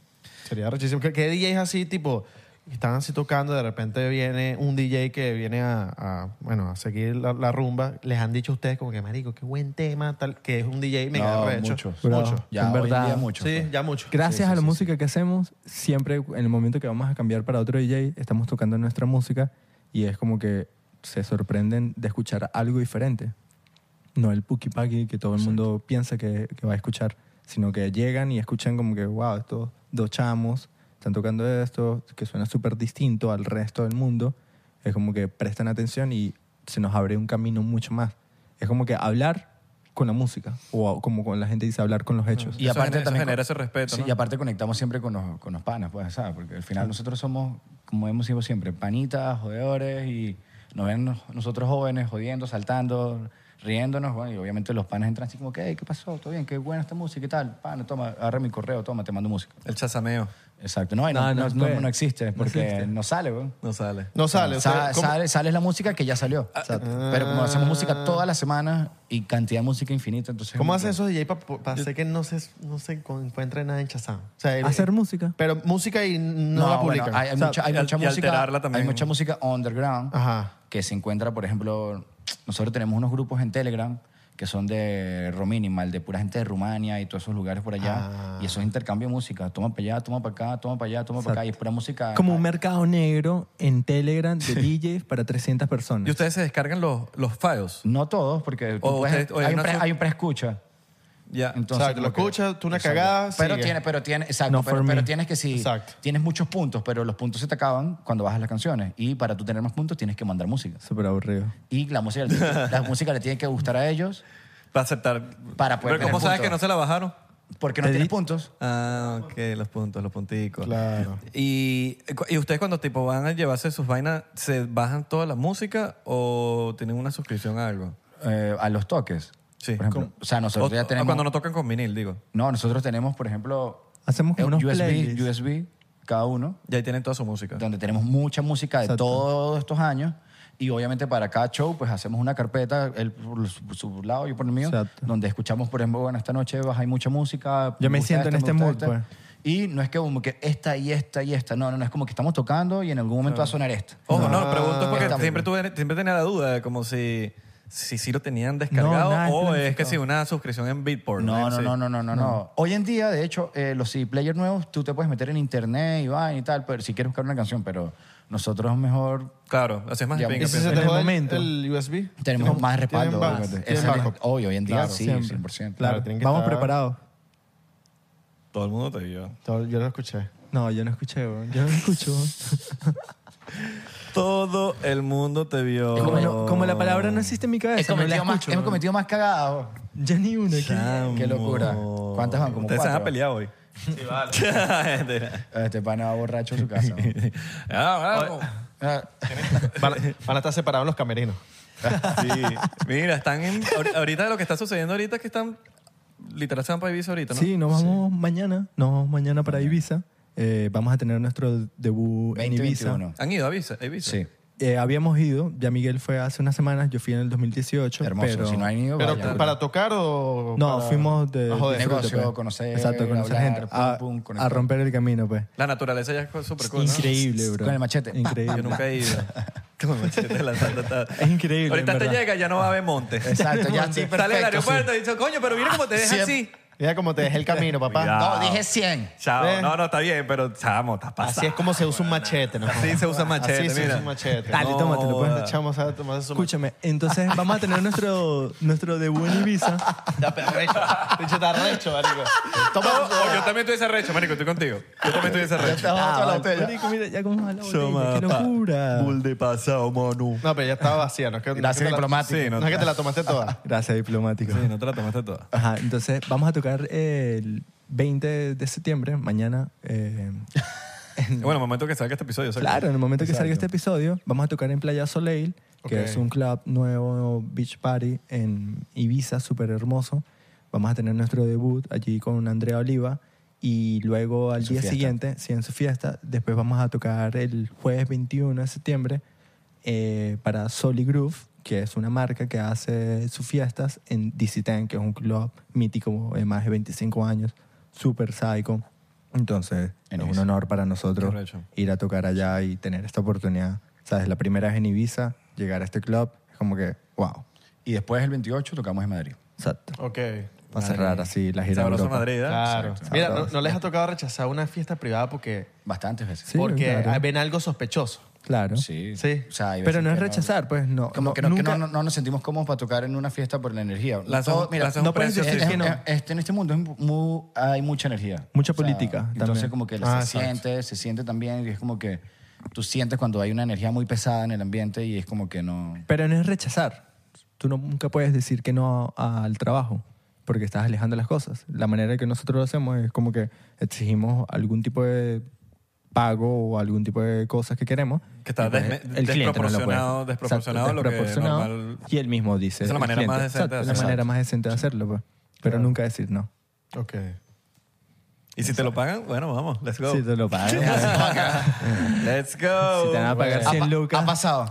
Sería rechísimo. ¿Qué, qué DJs así, tipo, están así tocando, de repente viene un DJ que viene a, a, bueno, a seguir la, la rumba, les han dicho a ustedes como que, marico, qué buen tema, tal, que es un DJ mega
No,
arrecho.
muchos.
Bro,
Mucho.
Ya,
en
hoy en
verdad.
día mucho.
Sí,
pues.
ya mucho.
Gracias a la música que hacemos, siempre en el momento que vamos a cambiar para otro DJ, estamos tocando nuestra música y es como que se sorprenden de escuchar algo diferente. no el puki paki que todo el mundo piensa que, que va a escuchar, sino que llegan y escuchan como que, wow, estos dos chamos están tocando esto, que suena súper distinto al resto del mundo. Es como que prestan atención y se nos abre un camino mucho más. Es como que hablar con la música, o como con la gente dice, hablar con los hechos.
Y
Eso
aparte
genera- eso
también
genera
con-
ese respeto,
sí,
¿no?
Y aparte conectamos siempre con los, con los panas, pues, ¿sabes? Porque al final nosotros somos, como hemos sido siempre, panitas, jodedores y nos ven nos- nosotros jóvenes jodiendo, saltando, riéndonos, bueno, y obviamente los panas entran así como, que, "Ey, ¿qué pasó? ¿Todo bien? ¿Qué buena esta música y tal? Pana, toma, agarra mi correo, toma, te mando música.
El chazameo
Exacto. No, y no,
No, no
no, no-
puede.
no existe,
No
porque no,
existe.
sale, weón.
no sale.
No sale. o sea,
Sa-
¿cómo? Ah.
sale, sale la música que ya salió. Exacto. Pero como hacemos música todas las semanas y cantidad de música infinita, entonces...
¿Cómo
como
hacen
que-
esos DJ para hacer que no se, no se con- encuentre nada en Shazam? O sea, el-
Hacer música.
Pero música y no, la
bueno,
publican.
hay, hay
O sea,
mucha, hay
y
mucha
al- y
música.
alterarla también.
Hay mucha música underground
Ajá.
que se encuentra, por ejemplo, nosotros tenemos unos grupos en Telegram que son de Rominimal, de pura gente de Rumania y todos esos lugares por allá.
Ah.
Y eso es intercambio de música. Toma para allá, toma para acá, toma para allá, toma para acá. Y es pura música.
Como un mercado negro en Telegram de DJs para 300 personas.
¿Y ustedes se descargan los, los files?
No todos, porque tú
O
puedes-
usted- o hay
hay, un
una
pre,
so-
hay un preescucha.
Ya.
Entonces,
Exacto, lo
como que-
escuchas, tú una
Exacto.
cagada,
Pero
sigue.
tiene, pero tiene, exacto,
Ah, No
pero,
for
pero
me.
tienes que si
Exacto.
tienes muchos puntos, pero los puntos se te acaban cuando bajas las canciones y para tú tener más puntos tienes que mandar música.
Súper aburrido.
Y la música, la música le tiene que gustar a ellos
Para aceptar.
Para poder
Pero
tener
¿cómo sabes
puntos.
que no se la bajaron?
porque no
Te
tienes
di-
puntos.
Ah, ok, los puntos, los punticos.
Claro.
Y, y ustedes cuando tipo van a llevarse sus vainas, ¿se bajan toda la música o tienen una suscripción a algo?
eh, a los toques.
Sí.
Por ejemplo.
Con-
O sea, nosotros
o-
ya
o
tenemos.
cuando no tocan con vinil, digo.
No, nosotros tenemos, por ejemplo, eh,
Hacemos como unos
USB,
playlists.
USB, cada uno,
Y ahí tienen toda su música.
donde tenemos mucha música de
Exacto.
todos estos años. Y obviamente para cada show, pues hacemos una carpeta, él por su, su lado, yo por el mío,
Exacto.
donde escuchamos, por ejemplo, bueno, esta noche baja, hay mucha música.
Yo me
gusta
siento en este
me
mood,
gusta
pues.
Y no es que como que esta y esta y esta, no, no, no, es como que estamos tocando y en algún momento va a sonar esta.
Ojo, no, pregunto porque
Estamos-
siempre, tuve, siempre tenía la duda de como si, si sí lo tenían descargado
No, nada es
o es que
planificado.
si una suscripción en Beatport.
No, no,
Sí.
no, no, no, no, no. Hoy en día, de hecho, eh, los CD players nuevos, tú te puedes meter en internet y van y tal, pero si quieres buscar una canción, pero nosotros mejor
Claro, así es más
Ya,
pinga,
¿Y si se
pienso.
En
te
el
jode el,
momento.
el USB?
tenemos
¿Tienen-
más respaldo.
tienen backup?
obviamente.
¿Tienen
Esa es la-
backup?
hoy, hoy en día,
Claro,
sí,
siempre.
100%.
Claro,
Claro, tienen que
vamos
estar-
preparados.
Todo el mundo te vio.
Todo- Yo lo escuché.
No, yo no escuché, bro. Yo no escucho.
Todo el mundo te vio.
como, no- como la palabra no existe en mi
<laughs>
cabeza,
He cometido,
no la
más,
escucho.
hemos
bro.
cometido más cagados.
Ya ni una. ¿qué?
Qué locura. ¿Cuántas van? Como
Ustedes se van a
cuatro.
pelear hoy. Sí, <laughs> vale.
Este pana va borracho a su casa.
<laughs>
¿no? Ah,
Van, van a estar separados en los camerinos.
Sí. Mira, están en, ahor- ahorita lo que está sucediendo ahorita es que están literal se van para Ibiza ahorita, ¿no?
Sí, nos vamos mañana. Nos vamos mañana para Ibiza. Eh, vamos a tener nuestro debut en
20,
Ibiza.
21.
¿Han ido a Ibiza? ¿A Ibiza?
Sí,
Eh, habíamos ido, ya Miguel fue hace unas semanas, yo fui en el 2018.
hermoso.
pero-
si no hay niño,
Pero
vaya.
para tocar o.
No,
para-
fuimos de
Ah, joder.
disfrute, pues.
Negocio, conocer,
Exacto, conocer
hablar,
gente.
pum,
a,
pum,
a
conectar.
romper el camino, pues.
La naturaleza ya es súper cool, ¿no?
Increíble, bro.
Con el machete. Pa,
Increíble.
Yo nunca he
<laughs>
ido. Como me siento la santa, está-
Es increíble,
Ahorita
en
te
verdad.
llega, ya no va a haber monte.
Exacto,
<laughs>
ya sí, perfecto.
Sale del
sí.
aeropuerto y dice, coño, pero mira cómo te deja así.
Mira cómo te dejé el camino, papá.
No, dije 100.
Chao.
Eh.
No, no, está bien, pero chamo, estás pasado.
Así es como se usa un machete, ¿no?
Así se usa machete,
Así se
mira.
usa un machete.
Dale,
No,
tómatelo, pues.
este chamo sabe tomar su
Escúchame, entonces vamos a tener nuestro, nuestro debut en Ibiza. Ah,
machete. Está arrecho. Dicho, está arrecho, marico. Toma
No, o Oh, yo también estuviese recho, marico, estoy contigo. Yo también estuviese recho.
Ah, marico, mira, ya como a la botella, qué locura.
de pasado, mano.
No, pero ya estaba vacía. No es que, no es que te
Gracias,
la-
diplomático.
Sí, no,
no es que te la
<laughs>
tomaste toda.
Gracias, diplomático.
Sí, no te la
<laughs>
tomaste toda.
Ajá, entonces vamos a tocar eh, el 20 de septiembre, mañana. eh, en-
Bueno, momento que salga este episodio. ¿sabes?
claro, en el momento que salga este episodio, vamos a tocar en Playa Soleil, que
Ok.
es un club nuevo, beach party en Ibiza, súper hermoso. Vamos a tener nuestro debut allí con Andrea Oliva. Y luego al
su
día
fiesta.
siguiente, sí, en su fiesta. Después vamos a tocar el jueves 21 de septiembre eh, para Soli Groove, que es una marca que hace sus fiestas en DC Ten, que es un club mítico de más de 25 años, súper psycho. Entonces,
En
es un
Ibiza.
honor para nosotros
Qué recho.
ir a tocar allá y tener esta oportunidad. ¿Sabes? La primera vez en Ibiza, llegar a este club, es como que, wow.
Y después el 28 tocamos en Madrid.
Exacto.
Ok.
Va a cerrar así este, la gira. de
Sabroso
Europa.
Madrid, ¿eh?
Claro.
Exacto.
Mira, no, no les ha tocado rechazar una fiesta privada porque,
Bastantes veces.
Sí,
porque
claro.
ven algo sospechoso.
Claro.
Sí.
Sí.
O sea, hay veces
Pero no es
que
rechazar, pues no.
Como
no,
que, no, que
nunca-
no, no- no nos sentimos cómodos para tocar en una fiesta por la energía.
Lanzas-
Todo- mira,
lanzas
no
un
puedes
precio,
decir
es-
sí.
que
es-
no.
es- en este mundo es muy- hay mucha energía.
Mucha política también.
Entonces como que
Ah,
se
exacto.
siente, se siente también y es como que tú sientes cuando hay una energía muy pesada en el ambiente y es como que no...
Pero no es rechazar. Tú no- nunca puedes decir que no al trabajo, porque estás alejando las cosas. La manera que nosotros lo hacemos es como que exigimos algún tipo de pago o algún tipo de cosas que queremos.
Que está
Y, pues,
desme-
cliente no lo puede.
desproporcionado-
Exacto,
desproporcionado lo que normal-
Y él mismo dice.
Esa es la
el
manera más
cliente.
decente de
Exacto, es la
hacerlo.
manera más decente de hacerlo, pues. Pero nunca decir no.
Ok.
Y si te lo pagan, bueno, vamos, let's go.
Si te lo pagan.
<laughs> Let's go.
si te van a pagar
Ha
100
pa- Ha
lucas.
pasado.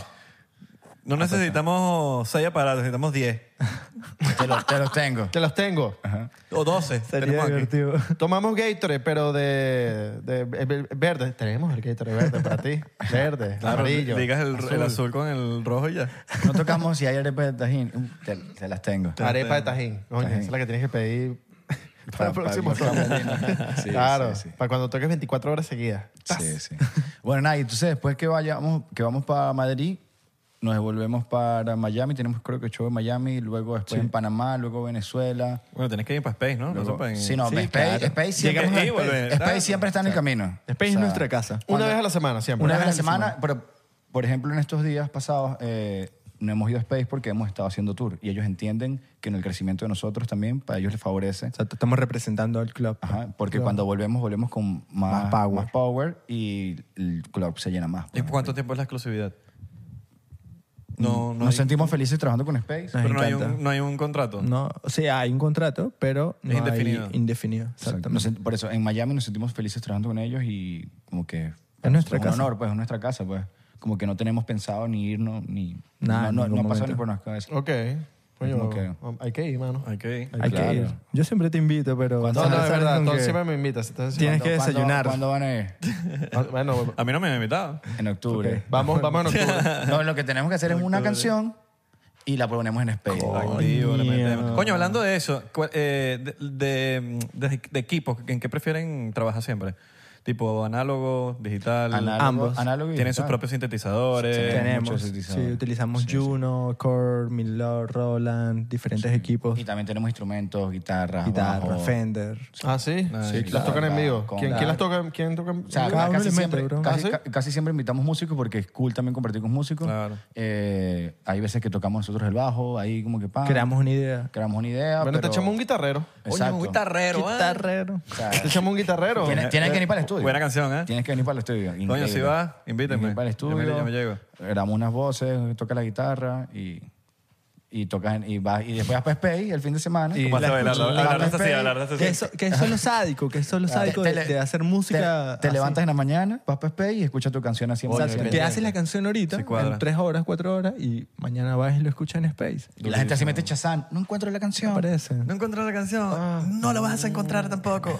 No necesitamos 6 aparatos, necesitamos 10.
Te los te los tengo.
Te los tengo.
O 12.
Sería
tenemos aquí.
divertido.
Tomamos Gatorade, pero de, de- de- verde. Tenemos el Gatorade verde para ti. Verde,
Claro,
amarillo.
ligas el el azul. con el rojo y ya.
No tocamos si hay arepa de tajín. Te, te las tengo.
Arepa de tajín. Coño,
este, Tajín.
esa es la que tienes que pedir <laughs> para
Para-
el próximo
para-
tramo.
Sí,
claro,
sí, sí.
para cuando toques 24 horas seguidas.
Sí, sí. Bueno, nada, y entonces después que vayamos, que vamos para Madrid, nos devolvemos para Miami, tenemos creo que show en Miami, luego después en Panamá, luego Venezuela.
Bueno, tenés que ir para Space, ¿no? no
Luego,
se pueden-
sí, no, Space,
claro.
Space siempre,
Llega ahí,
Space-
vuelve,
Space
claro.
siempre está en el camino.
Space
O sea,
es nuestra casa.
Una vez a la semana siempre.
Una vez a la semana, pero por ejemplo en estos días pasados eh, no hemos ido a Space porque hemos estado haciendo tour y ellos entienden que en el crecimiento de nosotros también, para ellos les favorece.
Exacto, estamos representando al club.
Ajá, porque cuando volvemos, volvemos con más,
Más power.
más power y el club se llena más.
¿Y
pues.
por cuánto tiempo es la exclusividad? No, no.
Nos
hay-
sentimos felices trabajando con Space.
Nos
pero no hay,
encanta.
un, no hay un contrato.
No, o sea, hay un contrato, pero no
Es indefinido.
Hay indefinido.
Exacto.
exactamente.
Nos sent- por eso, en Miami nos sentimos felices trabajando con ellos y como que...
Es nuestra
un
casa.
honor, pues, es nuestra casa, pues. Como que no tenemos pensado ni irnos, ni...
Nada,
no,
en
no,
ningún
no pasó
momento.
ni por nuestra cabeza.
Ok. Coño,
Como que-
hay que ir, mano.
Hay que ir.
Hay
Claro.
que ir. Yo siempre te invito, pero...
No, no,
¿sabes?
es
¿Sabes
verdad.
con
Entonces
qué?
siempre me invitas. Entonces,
Tienes que
¿Cuándo-
desayunar.
¿Cuándo van a ir?
Ah, Bueno,
A mí no me han invitado.
En
<laughs>
octubre.
vamos, vamos en
<laughs>
octubre.
No, lo que tenemos que hacer es una canción y la ponemos en Space.
Activo, le metemos. Coño, hablando de eso, cu- eh, de, de, de- de equipos, ¿en qué prefieren trabajar siempre? Tipo análogo, digital.
Análogo-
Ambos.
análogo y
Tienen sus
digital.
propios sintetizadores.
Sí,
Tenemos.
muchos
Sí,
sintetizadores.
utilizamos
Sí, sí.
Juno, Core, Miller, Roland, diferentes equipos.
Y también tenemos instrumentos, guitarras,
Guitarra,
bajo.
Fender.
Ah, sí.
Sí,
Las tocan en vivo.
Con-
¿Quién, quién las toca? ¿Quién toca? en
O sea,
vivo?
Cada uno
casi,
le mete,
siempre,
bro.
casi-
¿Ah, sí?
ca- casi siempre invitamos músicos porque es cool también compartir con músicos.
Claro.
Eh, hay veces que tocamos nosotros el bajo, ahí como que pa,
Creamos una idea.
creamos una idea.
bueno, te
pero-
echamos un guitarrero.
Coño,
Exacto.
un guitarrero. ¿eh?
Guitarrero.
O sea,
Te echamos un guitarrero.
tienes, tienes que venir para el estudio.
Buena canción, ¿eh?
Tienes que venir para el estudio.
Coño,
increíble.
si vas,
Venir
invítame.
para el
Yo me,
estudio.
yo me llego.
Grabamos unas voces, tocas la guitarra y, y tocas en- y vas y después vas para Space el fin de semana.
¿Cómo hace bailar?
escuchas,
Bailar
vas
hasta
pa'
así,
Space,
bailar hasta así.
Que eso, que eso
<laughs>
es lo sádico, que eso es lo sádico de,
le-
de hacer música.
Te, te
así.
levantas en la mañana, vas para Space y escuchas tu canción así en
Oye,
salsa.
Que haces la canción ahorita,
Sí, cuadra.
en tres horas, cuatro horas, y mañana vas y lo escuchas en Space.
Y la gente así mete chazán. No encuentro la canción.
Parece.
No encontré la canción.
Ah.
No la vas a encontrar
<laughs>
tampoco.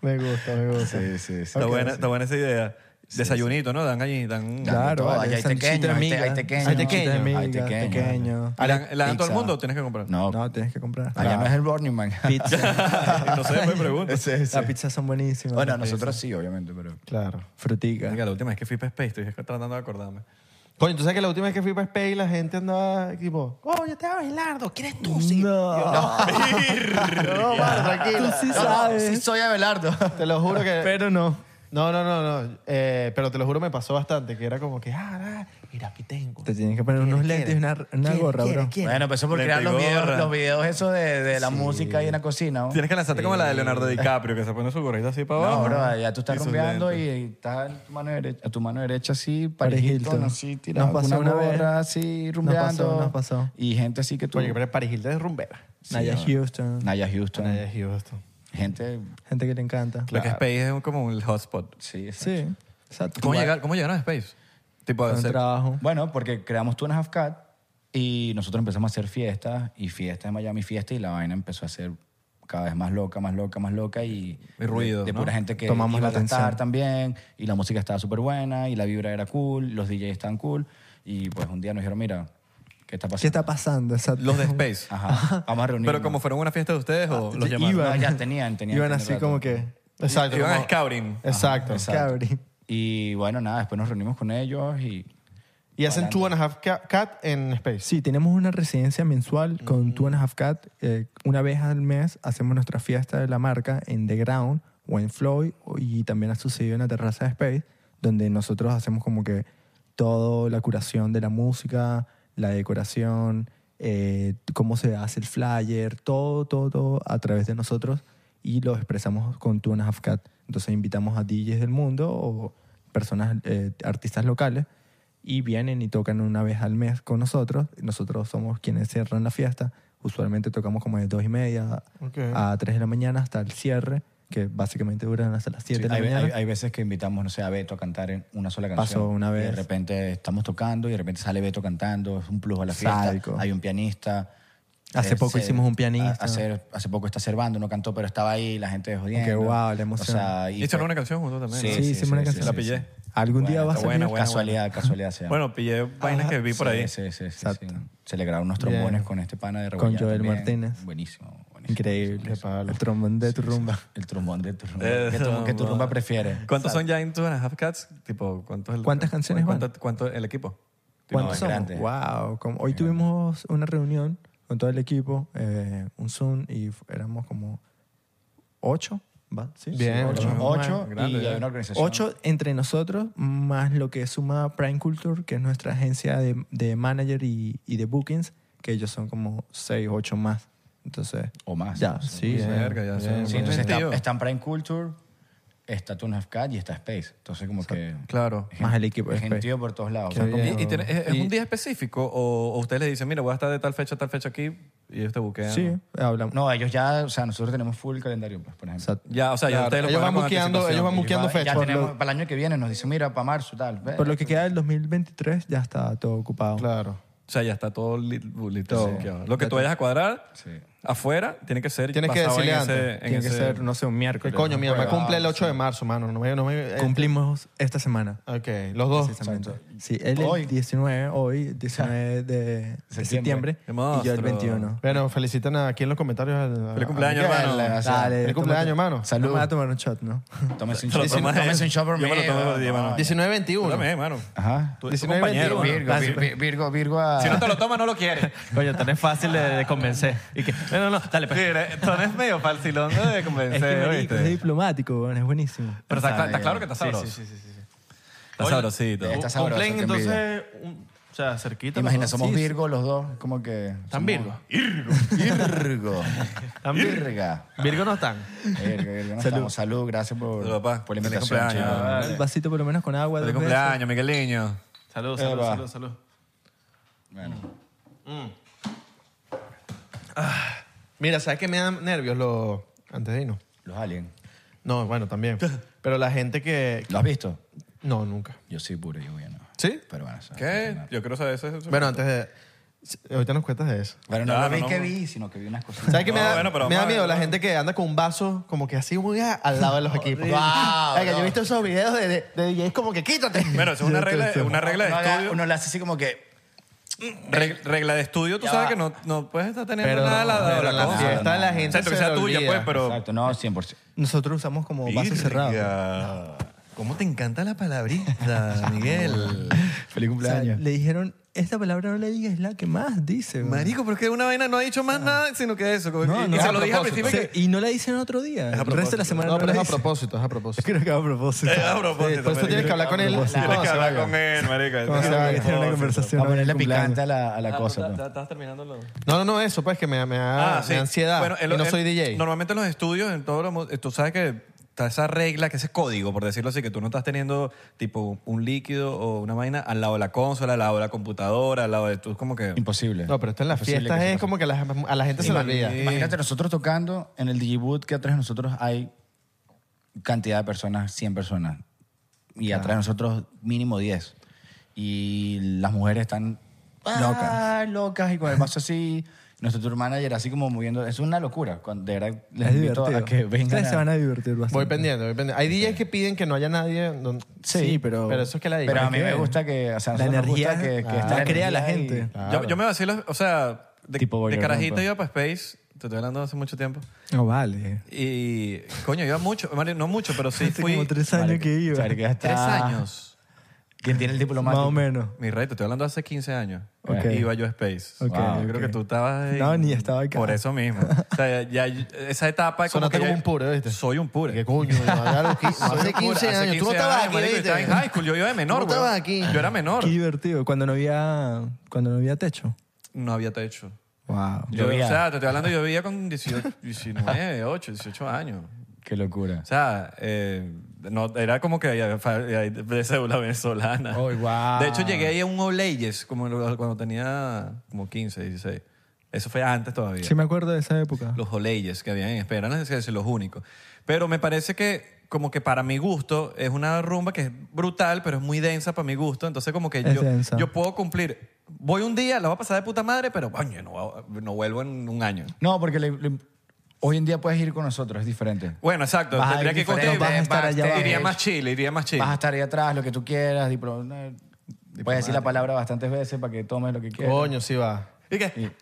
Me gusta, me gusta.
Sí, sí, sí.
está, buena, está buena esa idea. Desayunito, ¿no? Dan allí, dan...
Ya.
Claro,
todo,
vale,
hay
sanguchito
tequeño,
de
hay te-
miga,
hay tequeño,
sanguchito de
hay
miga,
tequeño.
tequeño.
¿Le dan- ¿Le dan a todo el
Pizza.
mundo o tienes que comprar?
No,
No, tienes que comprar.
allá no es el Burning Man.
<laughs> Pizza.
No sé, me pregunto.
Las pizzas son buenísimas.
bueno, nosotros sí, obviamente, pero...
Claro.
Frutica.
Venga, la última vez que fui para Space, estoy tratando de acordarme.
Coño, tú sabes que la última vez que fui para Space la gente andaba tipo, coño, te va bailando, ¿quién es tú? Sí.
No,
No,
<laughs>
vale, tranquilo.
sí
No, no,
sabes.
Sí, soy Abelardo.
Te lo juro que.
<laughs> Pero no.
No, no, no, no. Eh, pero te lo juro me pasó bastante, que era como que, ah, ah, mira, aquí tengo.
Te tienes que poner unos lentes y una, una gorra, bro.
Bueno, empezó por
Lente
crear los
y
videos,
gorra.
los videos esos de, de la música ahí en la cocina. ¿no?
Tienes que lanzarte como la de Leonardo DiCaprio, que se pone su gorrita así para
No,
abajo.
bro, ya tú estás
sus
rumbeando y,
lentes.
estás a tu mano derecha, a tu mano derecha así,
Paris
parejito,
Hilton.
así, tirado
Nos
con
pasó
una
una vez.
gorra así,
Nos
rumbeando.
pasó, nos pasó.
Y gente así que tú...
Coño, pero Paris Hilton es rumbera.
Naya
sí,
Houston.
Naya Houston.
Naya Houston.
Gente...
Gente que le encanta.
Lo que Space es como un hotspot.
Sí, exacto.
Sí, exacto.
¿Cómo, llegar, ¿Cómo llegaron a Space? Tipo,
Con
hacer-
trabajo.
Bueno, porque creamos Tunas Half y nosotros empezamos a hacer fiestas y fiestas en Miami, fiestas y la vaina empezó a ser cada vez más loca, más loca, más loca y,
Y ruido,
de, de
¿no?
pura gente que
Tomamos
iba
la
a cantar
atención.
también y la música estaba súper buena y la vibra era cool, los DJs estaban cool y pues un día nos dijeron, mira, ¿qué está pasando?
¿Qué está pasando? Exacto.
los de Space.
<laughs> Ajá, vamos a
<laughs>
reunirnos.
Pero como fueron una fiesta de ustedes
Ah,
o los llamaron.
No, ya tenían, tenían
Iban
tenían
así
rato.
como que...
Exacto.
Iban a
como-
scouting.
Exacto.
Exacto.
Cabri.
Y bueno, nada, después nos reunimos con ellos y...
Y hacen two and a half ca- cat en space.
Pues Sí, tenemos una residencia mensual con Two and a Half Cat. Eh, una vez al mes hacemos nuestra fiesta de la marca en The Ground o en Floyd o- y también ha sucedido en la terraza de Space, donde nosotros hacemos como que toda la curación de la música, la decoración, eh, cómo se hace el flyer, todo, todo, todo a través de nosotros y lo expresamos con Two and a Half Cat. Entonces invitamos a DJs del mundo o personas, eh, artistas locales y vienen y tocan una vez al mes con nosotros. Nosotros somos quienes cierran la fiesta. Usualmente tocamos como de dos y media
Ok.
a 3 de la mañana hasta el cierre, que básicamente duran hasta las 7
Sí,
de la
hay,
mañana.
hay- hay veces que invitamos, no sé, a Beto a cantar en una sola canción.
Pasó una
Y de
vez.
repente estamos tocando y de repente sale Beto cantando, es un plus a la fiesta.
Sádico.
Hay un pianista. Eh,
Hace poco hicimos un pianista.
a- hacer- hace poco está Servando, no cantó, pero estaba ahí, la gente jodiendo.
Ok, wow, la
emoción.
emoción.
Y hicieron una canción juntos también.
Sí,
¿no?
sí, hicimos una canción.
La pillé.
Algún
Bueno,
día va a
está
salir.
buena, buena,
casualidad, casualidad <laughs> se llama.
Bueno, pillé vainas que vi por
Sí,
ahí.
Sí, sí, sí,
Exacto.
sí. Se le grabaron unos
Bien.
trombones con este pana de
Con
Rebollar
Joel
también.
Martínez.
Buenísimo, buenísimo.
Increíble.
Qué palo.
El trombón de tu rumba.
El trombón de tu rumba.
Eh,
¿Qué, trombón- qué tu
no,
rumba
no.
prefieres?
¿Cuántos son ya en Two and a Half Cats? Tipo, ¿cuántos el-
¿Cuántas canciones van?
¿Cuánto, cuánto el equipo?
No, es
¿Cuántos somos?
grande.
Wow. como- hoy tuvimos una reunión con todo el equipo, eh, un Zoom, y f- éramos como ocho, ¿va? Sí,
Bien,
sí, ocho. eh.
ocho.
Ocho
Grande,
y hay
ya.
una organización.
Ocho entre nosotros, más lo que suma Prime Culture, que es nuestra agencia de, de manager y, y de bookings, que ellos son como seis, ocho más. Entonces,
O más.
ya,
O sea,
sí.
bien.
Verga, ya son-
Sí,
son
entonces está,
22.
está en Prime Culture, está Toon Half Cat y está Space. Entonces como que...
Claro.
gen-
Más el equipo de Space.
Gentío por todos lados.
Qué
O sea, como-
bien.
¿Y, y tiene- es, es
Y-
un día específico o, o ustedes le dicen, mira, voy a estar de tal fecha a tal fecha aquí y ellos te buquean?
Sí, hablamos.
no, ellos ya... O sea, nosotros tenemos full calendario, pues, por ejemplo.
Exacto.
Ya, o sea, ya
Claro,
ustedes lo
ellos
cuadran
van
con
buqueando, ellos
anticipación.
van buqueando
Va- ya
fechas.
tenemos, para el año que viene nos dicen, mira, para marzo, tal. ve.
Por lo que queda del 2023 ya está todo ocupado.
Claro.
O sea, ya está todo li- listo. buqueado. Lo que tú vayas a cuadrar
Sí.
afuera tiene que ser
Tienes que
basado en
decirle
ese-
antes.
en
Tiene que
ese- <laughs>
ser, no sé, un
¿Qué
miércoles.
coño? Mi mamá
jueves,
cumple el
ah,
8 de marzo, mano. No me... No me eh,
Cumplimos esta semana.
ok, los dos.
Precisamente. Sí, él
Hoy.
el 19, <laughs> hoy, 19 de, de septiembre,
Qué
y yo el
monstruo.
21.
Bueno, felicitan aquí en los comentarios. a- a-
Feliz cumpleaños,
a Miguel.
hermano.
o sea,
feliz cumpleaños, hermano.
Salud. No me voy a tomar un shot, ¿no?
Tómese un
Te lo
shot.
tomas
Tómese un shot por
Yo me lo
mí,
tomo por
no,
ti,
no,
hermano.
no.
19-21.
Dame, hermano.
Ajá.
Tú eres
19,
compañero.
21.
hermano.
Virgo, Vir- Virgo, Virgo a...
Si no te lo tomas, no lo quieres.
Coño, tan es fácil de, de convencer. Y que, no, no, no, dale, pues.
Entonces es medio falsilón
<laughs>
de
es que
convencer,
marico, es diplomático, bueno, es buenísimo.
Pero
Está
está, está
bien.
claro que está sabroso.
Sí, sí, sí, sí, sí.
Está
Oye,
sabrosito.
eh,
Está
Cum-
sabroso,
Cumplen
qué
entonces, un- o sea, cerquita.
Imagina,
los dos.
somos
Sí,
Virgo los dos, como que...
Están Virgo.
Virgo.
Están Virgo.
Virga.
Virgo no están.
Virgo, Virgo. no estamos. Salud, gracias por,
Salud, papá.
por la
Feliz
invitación.
cumpleaños.
chicos.
Vale.
Un vasito por lo menos con agua.
Feliz
dos veces.
cumpleaños, Migueliño.
Salud, salud,
Eva.
salud, salud.
Bueno,
Mm. Ah. Mira, ¿sabes qué me dan nervios los... Antes de irnos.
los aliens.
No, bueno,
<laughs>
también. Pero la gente que...
¿Lo has visto?
No, nunca.
Yo soy puro, yo voy a no.
¿Sí?
Pero bueno, eso-
¿Qué? Yo quiero saber eso. eso-
Bueno, antes de... Ahorita nos cuentas de eso.
Pero no,
Ah,
lo
no,
vi
no.
que vi, sino que vi unas cositas.
¿Sabes qué me
No,
da,
bueno, pero
me da
vamos a ver,
miedo? La
vamos a
gente que anda con un vaso como que así muy a- al lado de los equipos.
¡Ah!
¡Wow! yo he visto esos videos de, de, de DJs como que quítate.
Bueno, eso es una regla,
<laughs>
una regla de
Uno haga-
estudio.
Uno le hace así como que...
Reg- regla de estudio, tú
Ya va.
sabes que no, no puedes estar teniendo
pero
nada de la, de
pero
la,
en la
cosa.
fiesta la
O
gente
sea, que
se
sea
le
tuya,
olvida.
pues, pero...
Exacto, no, 100%.
<laughs>
Nosotros usamos como vaso cerrado.
Virga. ¿Cómo te encanta la palabrita, Miguel?
Feliz
O sea, le dijeron, esta palabra no le digas, es la que más dice. güey".
Marico, pero es que una vaina no ha dicho más nada, sino que eso. como-
No,
y-
no,
y
es
se
a
lo dije al principio
Sí,
que...
y no la dicen otro día. El resto de la semana no,
No, pero es
la
a
dicen.
propósito, es a propósito.
Creo que va a propósito.
Es a propósito,
Por eso tienes que
marico.
hablar con él.
Tienes que hablar con él, marico.
¿Cómo se
Hay que tener una conversación.
A ponerle
en el cumpleaños.
picante a la,
Ah,
a la cosa. pues.
Estás terminando lo.
No, no, no, eso, pues que me, me da me da ansiedad.
Ah, Bueno, en lo-
y no
en-
soy DJ.
Normalmente en los estudios, en todos los mu- tú sabes que está esa regla, que ese código, por decirlo así, que tú no estás teniendo tipo un líquido o una vaina al lado de la consola, al lado de la computadora, al lado de tú, es como que...
Imposible.
No, pero esto en las
Imposible
fiestas
que se
es
pase.
como que la- a la gente se le olvida.
Imagínate nosotros tocando en el Digiboot que atrás de nosotros hay cantidad de personas, 100 personas. Y atrás de nosotros mínimo 10. Y las mujeres están
Locas.
locas. locas y con el vaso así. Nuestro tour manager así como moviendo. Es una locura. Cuando- De verdad, les
Es
invito
divertido.
a que vengan.
Ustedes
a-
se van a divertir bastante.
Voy pendiente, voy pendiente. Hay DJs que piden que no haya nadie. don-
Sí, pero-
Pero eso es que la
Pero a mí
que-
me gusta que... O sea, a
La
nosotros nos gusta
energía
que, que
la
está
crea la
energía y-
gente.
Yo, yo me vacilo, o sea, de,
Tipo
de
Boiler Room,
carajito
pues.
iba para Space te estoy hablando de hace mucho tiempo.
No vale.
Y, coño, iba mucho, Mario, no mucho, pero
<laughs>
sí
Hace
fui
como tres años
Marico,
que iba.
marico, ya está.
tres
Ah.
años.
¿Quién tiene el
Más
diplomático?
o menos.
Mi rey, te estoy hablando hace 15 años.
Ok.
Iba yo a Space.
Ok,
Wow, yo
ok.
creo que tú estabas. en-
No, ni estaba acá.
Por eso mismo. O sea, ya, ya- esa etapa. es
Sonaste
que
como
yo-
un pure, ¿viste?
Soy un
¿Qué
pure.
coño? A
<laughs>
los qui- Hace 15 años. Tú no estabas aquí,
marico, yo
¿viste?
estaba en high school, yo iba de menor,
Tú no
güey.
estabas aquí.
Yo era menor.
Qué divertido. Cuando no había, cuando no había techo.
No había techo.
Wow.
Yo, o
Llovía.
sea, te estoy hablando, yo vivía con 18, 19, 8, 18 años.
Qué locura.
O sea, eh, no, era como que había fa- había de cédula venezolana.
Oh, wow.
De hecho, llegué ahí a un Oleyes como lo- cuando tenía como 15, 16. Eso fue antes todavía.
Sí me acuerdo de esa época.
Los Oleyes que habían en Espera, eran los- los únicos. Pero me parece que como que para mi gusto es una rumba que es brutal, pero es muy densa para mi gusto. Entonces como que
Es
yo,
densa.
yo puedo cumplir. Voy un día, la voy a pasar de puta madre, pero coño, no, va- no vuelvo en un año.
No, porque le- le- hoy en día puedes ir con nosotros, es diferente.
Bueno, exacto.
Vas a
Tendría
ir
que
diferente,
conseguir-
vas a estar allá abajo.
Iría más chile, iría más chile.
Vas a estar ahí atrás, lo que tú quieras. diplo- eh, Puedes decir la palabra bastantes veces para que tomes lo que quieras.
Coño, sí va.
¿Y qué?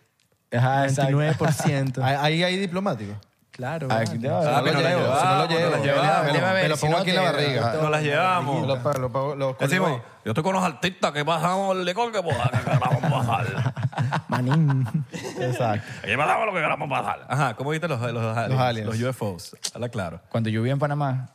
Ajá, exacto. <laughs>
29%.
Ahí hay diplomáticos.
claro.
Ah,
vale.
te va a ver.
Ah,
me
pero
lo
la
llevo,
llevamos,
si me lo
nos la
llevo. Me lo-
llevamos.
me lo- me lo pongo aquí en la barriga.
Nos las llevamos.
Lo pago, lo pago, lo colgo
Decimos,
ahí.
yo estoy con los artistas que pasamos el licor que podamos que
<laughs>
queramos pasar.
Manín.
Exacto.
Ellos pasamos lo que queramos pasar. Ajá, ¿cómo viste los, los, aliens, los
aliens.
UFOs? Habla claro.
Cuando yo vivía en Panamá,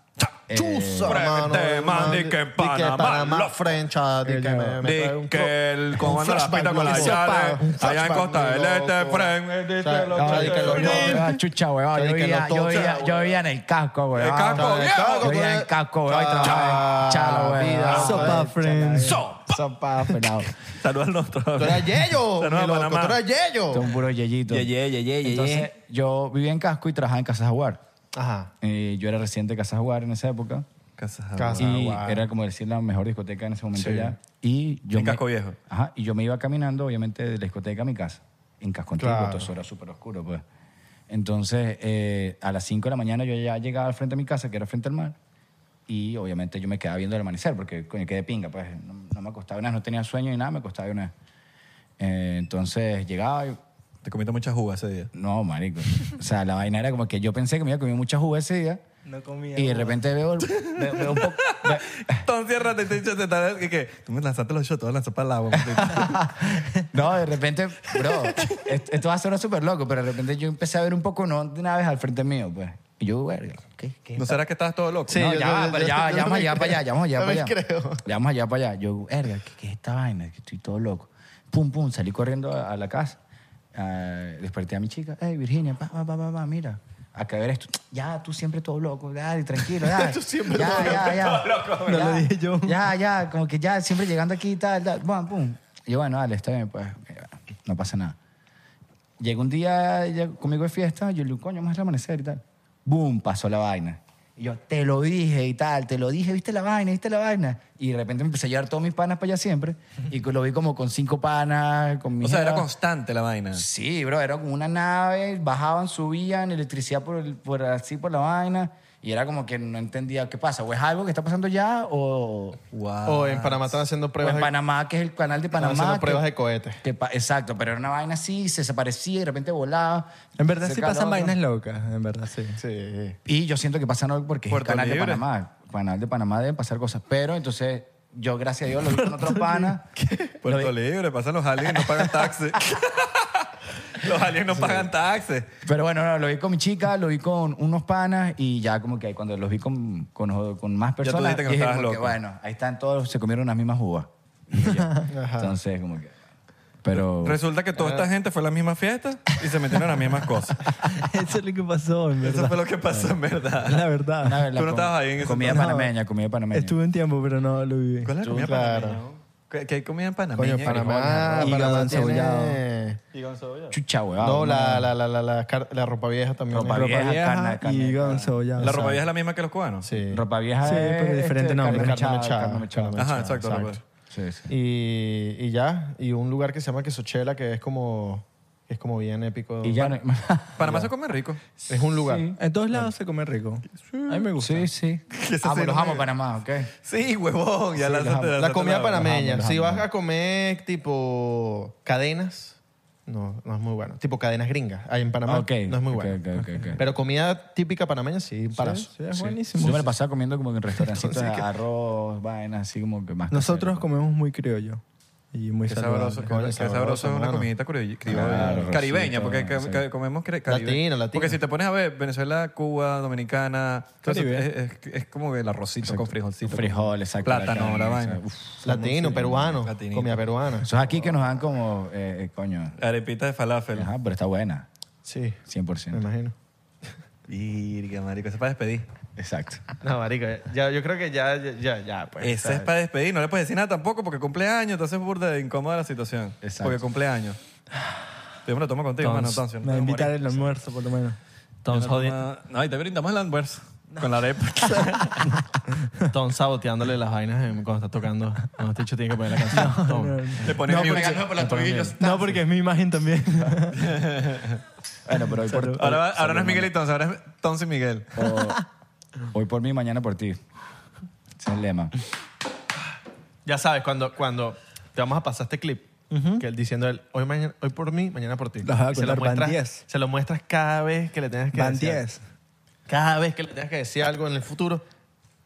eh,
Chusa,
Frente,
mano,
man,
hermano.
di que en
Di
Panamá, lo-
la frencha, di que me- me trae
Dice
un
que el comando de la
flashback,
pita con
loco.
la llave,
Un flashback,
allá en Costa del Este,
loco.
Fren,
O sea,
dice lo
no, di que los
que-
dos.
Ah, chucha, weón.
Yo
Yo
dije,
vivía,
no,
yo
todo,
vivía-
chao,
yo vivía en el casco, weón.
El casco,
Yo
viejo.
vivía en el casco, weón. y
Chao.
trabajaba en Chala,
Chao, vida.
weón.
Sopa, friends.
Sopa.
Sopa, pelado.
Saludos al nuestro.
Tú eras Yello,
Saludos a
mi loco,
Panamá.
tú eras Yello.
Son puros yeyitos. Entonces, yo vivía en casco y trabajaba en Casa Jaguar.
Ajá.
Eh, yo era residente de Casa Jaguar en esa época.
Casas.
Casa
y
Jaguar.
era como decir la mejor discoteca en ese momento
Sí.
ya. Y yo
En
me-
Casco Viejo.
Ajá, y yo me iba caminando, obviamente, de la discoteca a mi casa, en casco antiguo,
Claro.
todo eso era súper oscuro, pues. Entonces, eh, a las 5 de la mañana yo ya llegaba al frente de mi casa, que era frente al mar, y obviamente yo me quedaba viendo el amanecer, porque coño, quedé pinga, pues no, no me acostaba de una vez, no tenía sueño ni nada, me acostaba de una vez. Eh, entonces llegaba y
Te comiste muchas uvas ese día.
no, marico. O sea, la vaina era como que yo pensé que me iba a comer mucha jugo ese día.
No comía
Y de
jugo.
repente veo, veo- veo un poco. ve-
Entonces, rato, te dicho, te tal que, que tú me lanzaste los shots, te voy a lanzar para el agua. maldito.
<laughs> no, de repente, bro, est- esto va a sonar súper loco, pero de repente yo empecé a ver un poco, no de una vez al frente mío, pues. Y yo, verga, ¿qué, qué
¿No será que estabas todo loco?
Sí.
no,
yo-
ya,
yo-
va,
yo-
pero
yo- yo
ya, ya
no
vamos
me
allá para allá, ya vamos allá
no
para
me
allá.
creo.
Ya vamos allá para allá. Yo, verga, ¿qué, qué es esta vaina? Que estoy todo loco. Pum, pum, salí corriendo a, a la casa. Ah, desperté a mi chica. Hey, Virginia, pa, pa, pa, pa, pa, mira. Acá ver esto. Ya, tú siempre todo loco. Dale,
<laughs>
tranquilo, dale. tú siempre ya, todo, ya, ya.
No
Ya,
lo dije yo.
Ya, ya, como que ya, siempre llegando aquí y tal, tal. Pum, pum. Y yo, bueno, dale, está bien, pues. No pasa nada. Llega un día ella conmigo de fiesta, yo le digo, coño, vamos a amanecer y tal. Boom, pasó la vaina. Y yo, te lo dije y tal, te lo dije, viste la vaina, viste la vaina. Y de repente me empecé a llevar todos mis panas para allá siempre. Y lo vi como con cinco panas, con mi
O sea, era
jeva.
constante la vaina.
Sí, bro, era como una nave, bajaban, subían, electricidad por, el- por así, por la vaina. Y era como que no entendía qué pasa. O es algo que está pasando ya, o,
Wow.
O en Panamá están haciendo
o
pruebas.
en
de-
Panamá, que es el canal de
están
Panamá.
haciendo
que-
pruebas de cohetes.
que pa- exacto, pero era una vaina así, se desaparecía y de repente volaba.
En verdad
se
sí
calaba,
pasan
¿no?
vainas locas, en verdad sí.
Sí.
Y yo siento que pasan algo porque es el
Puerto
canal
Libre.
de Panamá. El canal de Panamá deben pasar cosas. Pero entonces, yo gracias a Dios lo vi con
<laughs>
otros panas. Lo
Puerto
vi-
Libre, pasan los aliens, no pagan taxes. los aliens no pagan taxes.
Pero bueno, no, lo vi con mi chica, lo vi con unos panas y ya como que cuando los vi con, con, con más
tú
personas,
dijiste que no
dije
estabas
como que,
loco.
bueno, ahí están todos, se comieron las mismas uvas. Dije
<laughs>
yo. Entonces, como que... Pero...
Resulta que toda
Ah.
esta gente fue a la misma fiesta y se metieron a las mismas cosas.
<laughs> Eso es lo que pasó, en
Eso
verdad.
fue lo que pasó en verdad.
La verdad.
Una vez
Tú
la
no
com-
estabas ahí en ese
Comida
entonces.
panameña, comida panameña.
Estuve un tiempo, pero no lo viví.
¿Cuál es la comida
claro.
panameña? ¿Qué- ¿Qué hay comida en Panamá?
Coño, Panamá,
Hígado
Panamá
encebollado.
tiene...
Chucha, weón.
No, la, la, la, la, la, car- la ropa vieja también.
Ropa
Ropa
vieja,
vieja,
carne- carne-
y ganso ya.
La ropa vieja es la misma que los cubanos.
Sí. pues,
Ropa vieja
Sí,
es,
pero diferente
este,
nombre.
Carne
Carne
mechada.
mechada,
carne mechada.
carne
Ajá, exacto. pues. la ropa.
Sí, sí.
Y, y ya. Y un lugar que se llama Quesochela, que es como, es como bien épico.
Y ya no hay más.
Panamá se come rico.
Es un lugar.
Sí, En todos lados se come rico. A mí me gusta.
Sí, sí.
Ese
Ah,
sí
pues los
no
amo
me-
Panamá, ¿ok?
Sí, huevón. Ya lánzate-
La
lánzate
comida
la-
panameña.
Ajá,
Si
ajá,
vas a comer tipo cadenas, no, no es muy bueno. Tipo cadenas gringas. Ahí en Panamá
Ok,
no es muy
ok,
bueno.
ok, ok, ok.
Pero comida típica panameña sí, para
Sí, sí, es buenísimo.
Yo me la pasaba comiendo como que en restaurantitos de arroz, vainas, así como que más.
Nosotros comemos muy criollo y muy
Qué sabroso,
saludable.
coño, qué
sabroso,
sabroso es una
hermano.
comidita cri- criolla.
Claro,
caribeña,
rosita,
porque ca-
sí.
ca- comemos cre- caribe.
Latino, latino.
Porque si te pones a ver, Venezuela, Cuba, Dominicana, todo eso es, es- es como el arrocito con frijolcito.
Frijoles, exacto.
Plátano, la vaina.
latino, peruano,
Latinito.
comida peruana.
Eso es aquí que nos dan como, eh, eh, coño.
Arepita de falafel.
Ajá, pero está buena,
Sí, me
100%.
imagino.
Virga, marico, esa es para despedir.
Exacto.
No, marico, ya, yo creo que ya, ya, ya, ya, pues.
esa es
¿sabes?
para despedir. No le puedes decir nada tampoco porque cumpleaños, entonces es burda de incómoda la situación.
Exacto.
Porque cumpleaños. Yo me lo tomo contigo, mano, entonces.
Me va a invitar el almuerzo, por lo menos.
Tom, jodi-
Ah, No, y te brindamos el almuerzo con la arepa.
Tom saboteándole las vainas en- cuando está tocando. No, este hecho tiene que poner la canción. Tom.
Te pones
No,
mi-
porque-
por los tobillos.
No, porque es mi imagen
<laughs>
también.
Bueno, pero hoy por,
<laughs> Ahora, va- ahora no es Miguel y Tonce, ahora es Tonce y Miguel.
o- hoy por mí, mañana por ti. Ese es el lema.
Ya sabes, cuando, cuando te vamos a pasar este clip, que él diciendo él, hoy, mañana, hoy por mí, mañana por ti.
Las vas a
Y se, lo
contar, van
muestras,
10.
se lo muestras cada vez que le tengas que
Van
decir.
10.
Cada vez que le tengas que decir algo en el futuro.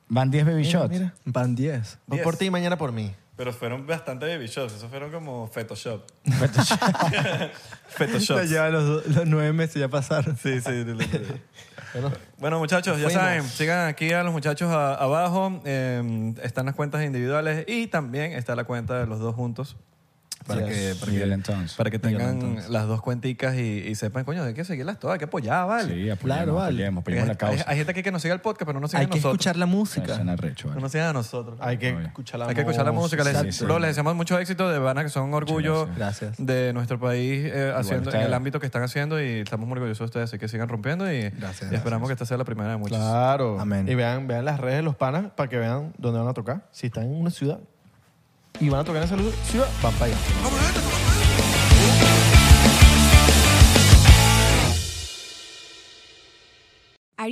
Van 10 baby shots.
Van 10.
Hoy por ti, mañana por mí.
Pero fueron bastante baby shots, esos fueron como Photoshop. <laughs> Photoshop.
<laughs> Ya lleva los, do- los nueve meses, ya pasaron.
Sí, sí. de- de- de- Bueno, muchachos, ya saben, sigan aquí a los muchachos a- abajo. eh, están las cuentas individuales y también está la cuenta de los dos juntos. Para,
Yes.
que, para,
Miguel
que,
Entonces.
para que
Miguel
tengan
Entonces.
las dos cuenticas y, y sepan, coño, hay que seguirlas todas, hay que apoyar, ¿vale?
Sí, apoyemos,
Claro, vale.
apoyemos,
Porque
apoyemos la
hay,
causa.
hay gente aquí que nos sigue el podcast, pero no nos sigue
Hay
a
que
nosotros.
escuchar la música.
Suena recho, vale.
No nos sigue a nosotros.
Hay que
Obvio.
escuchar la
Hay que escuchar la música. Les,
Sí, sí.
bro, les deseamos mucho éxito de Vana, que son orgullo
Muchas
gracias.
de nuestro país eh, haciendo, en
ustedes.
el ámbito que están haciendo y estamos muy orgullosos de ustedes. Así que sigan rompiendo y,
Gracias,
y esperamos que esta sea la primera de muchas.
Claro.
Amén.
Y vean, vean las redes de los panas para que vean dónde van a tocar. Si están en una ciudad y van a tocar en esa ciudad, van para allá.
Are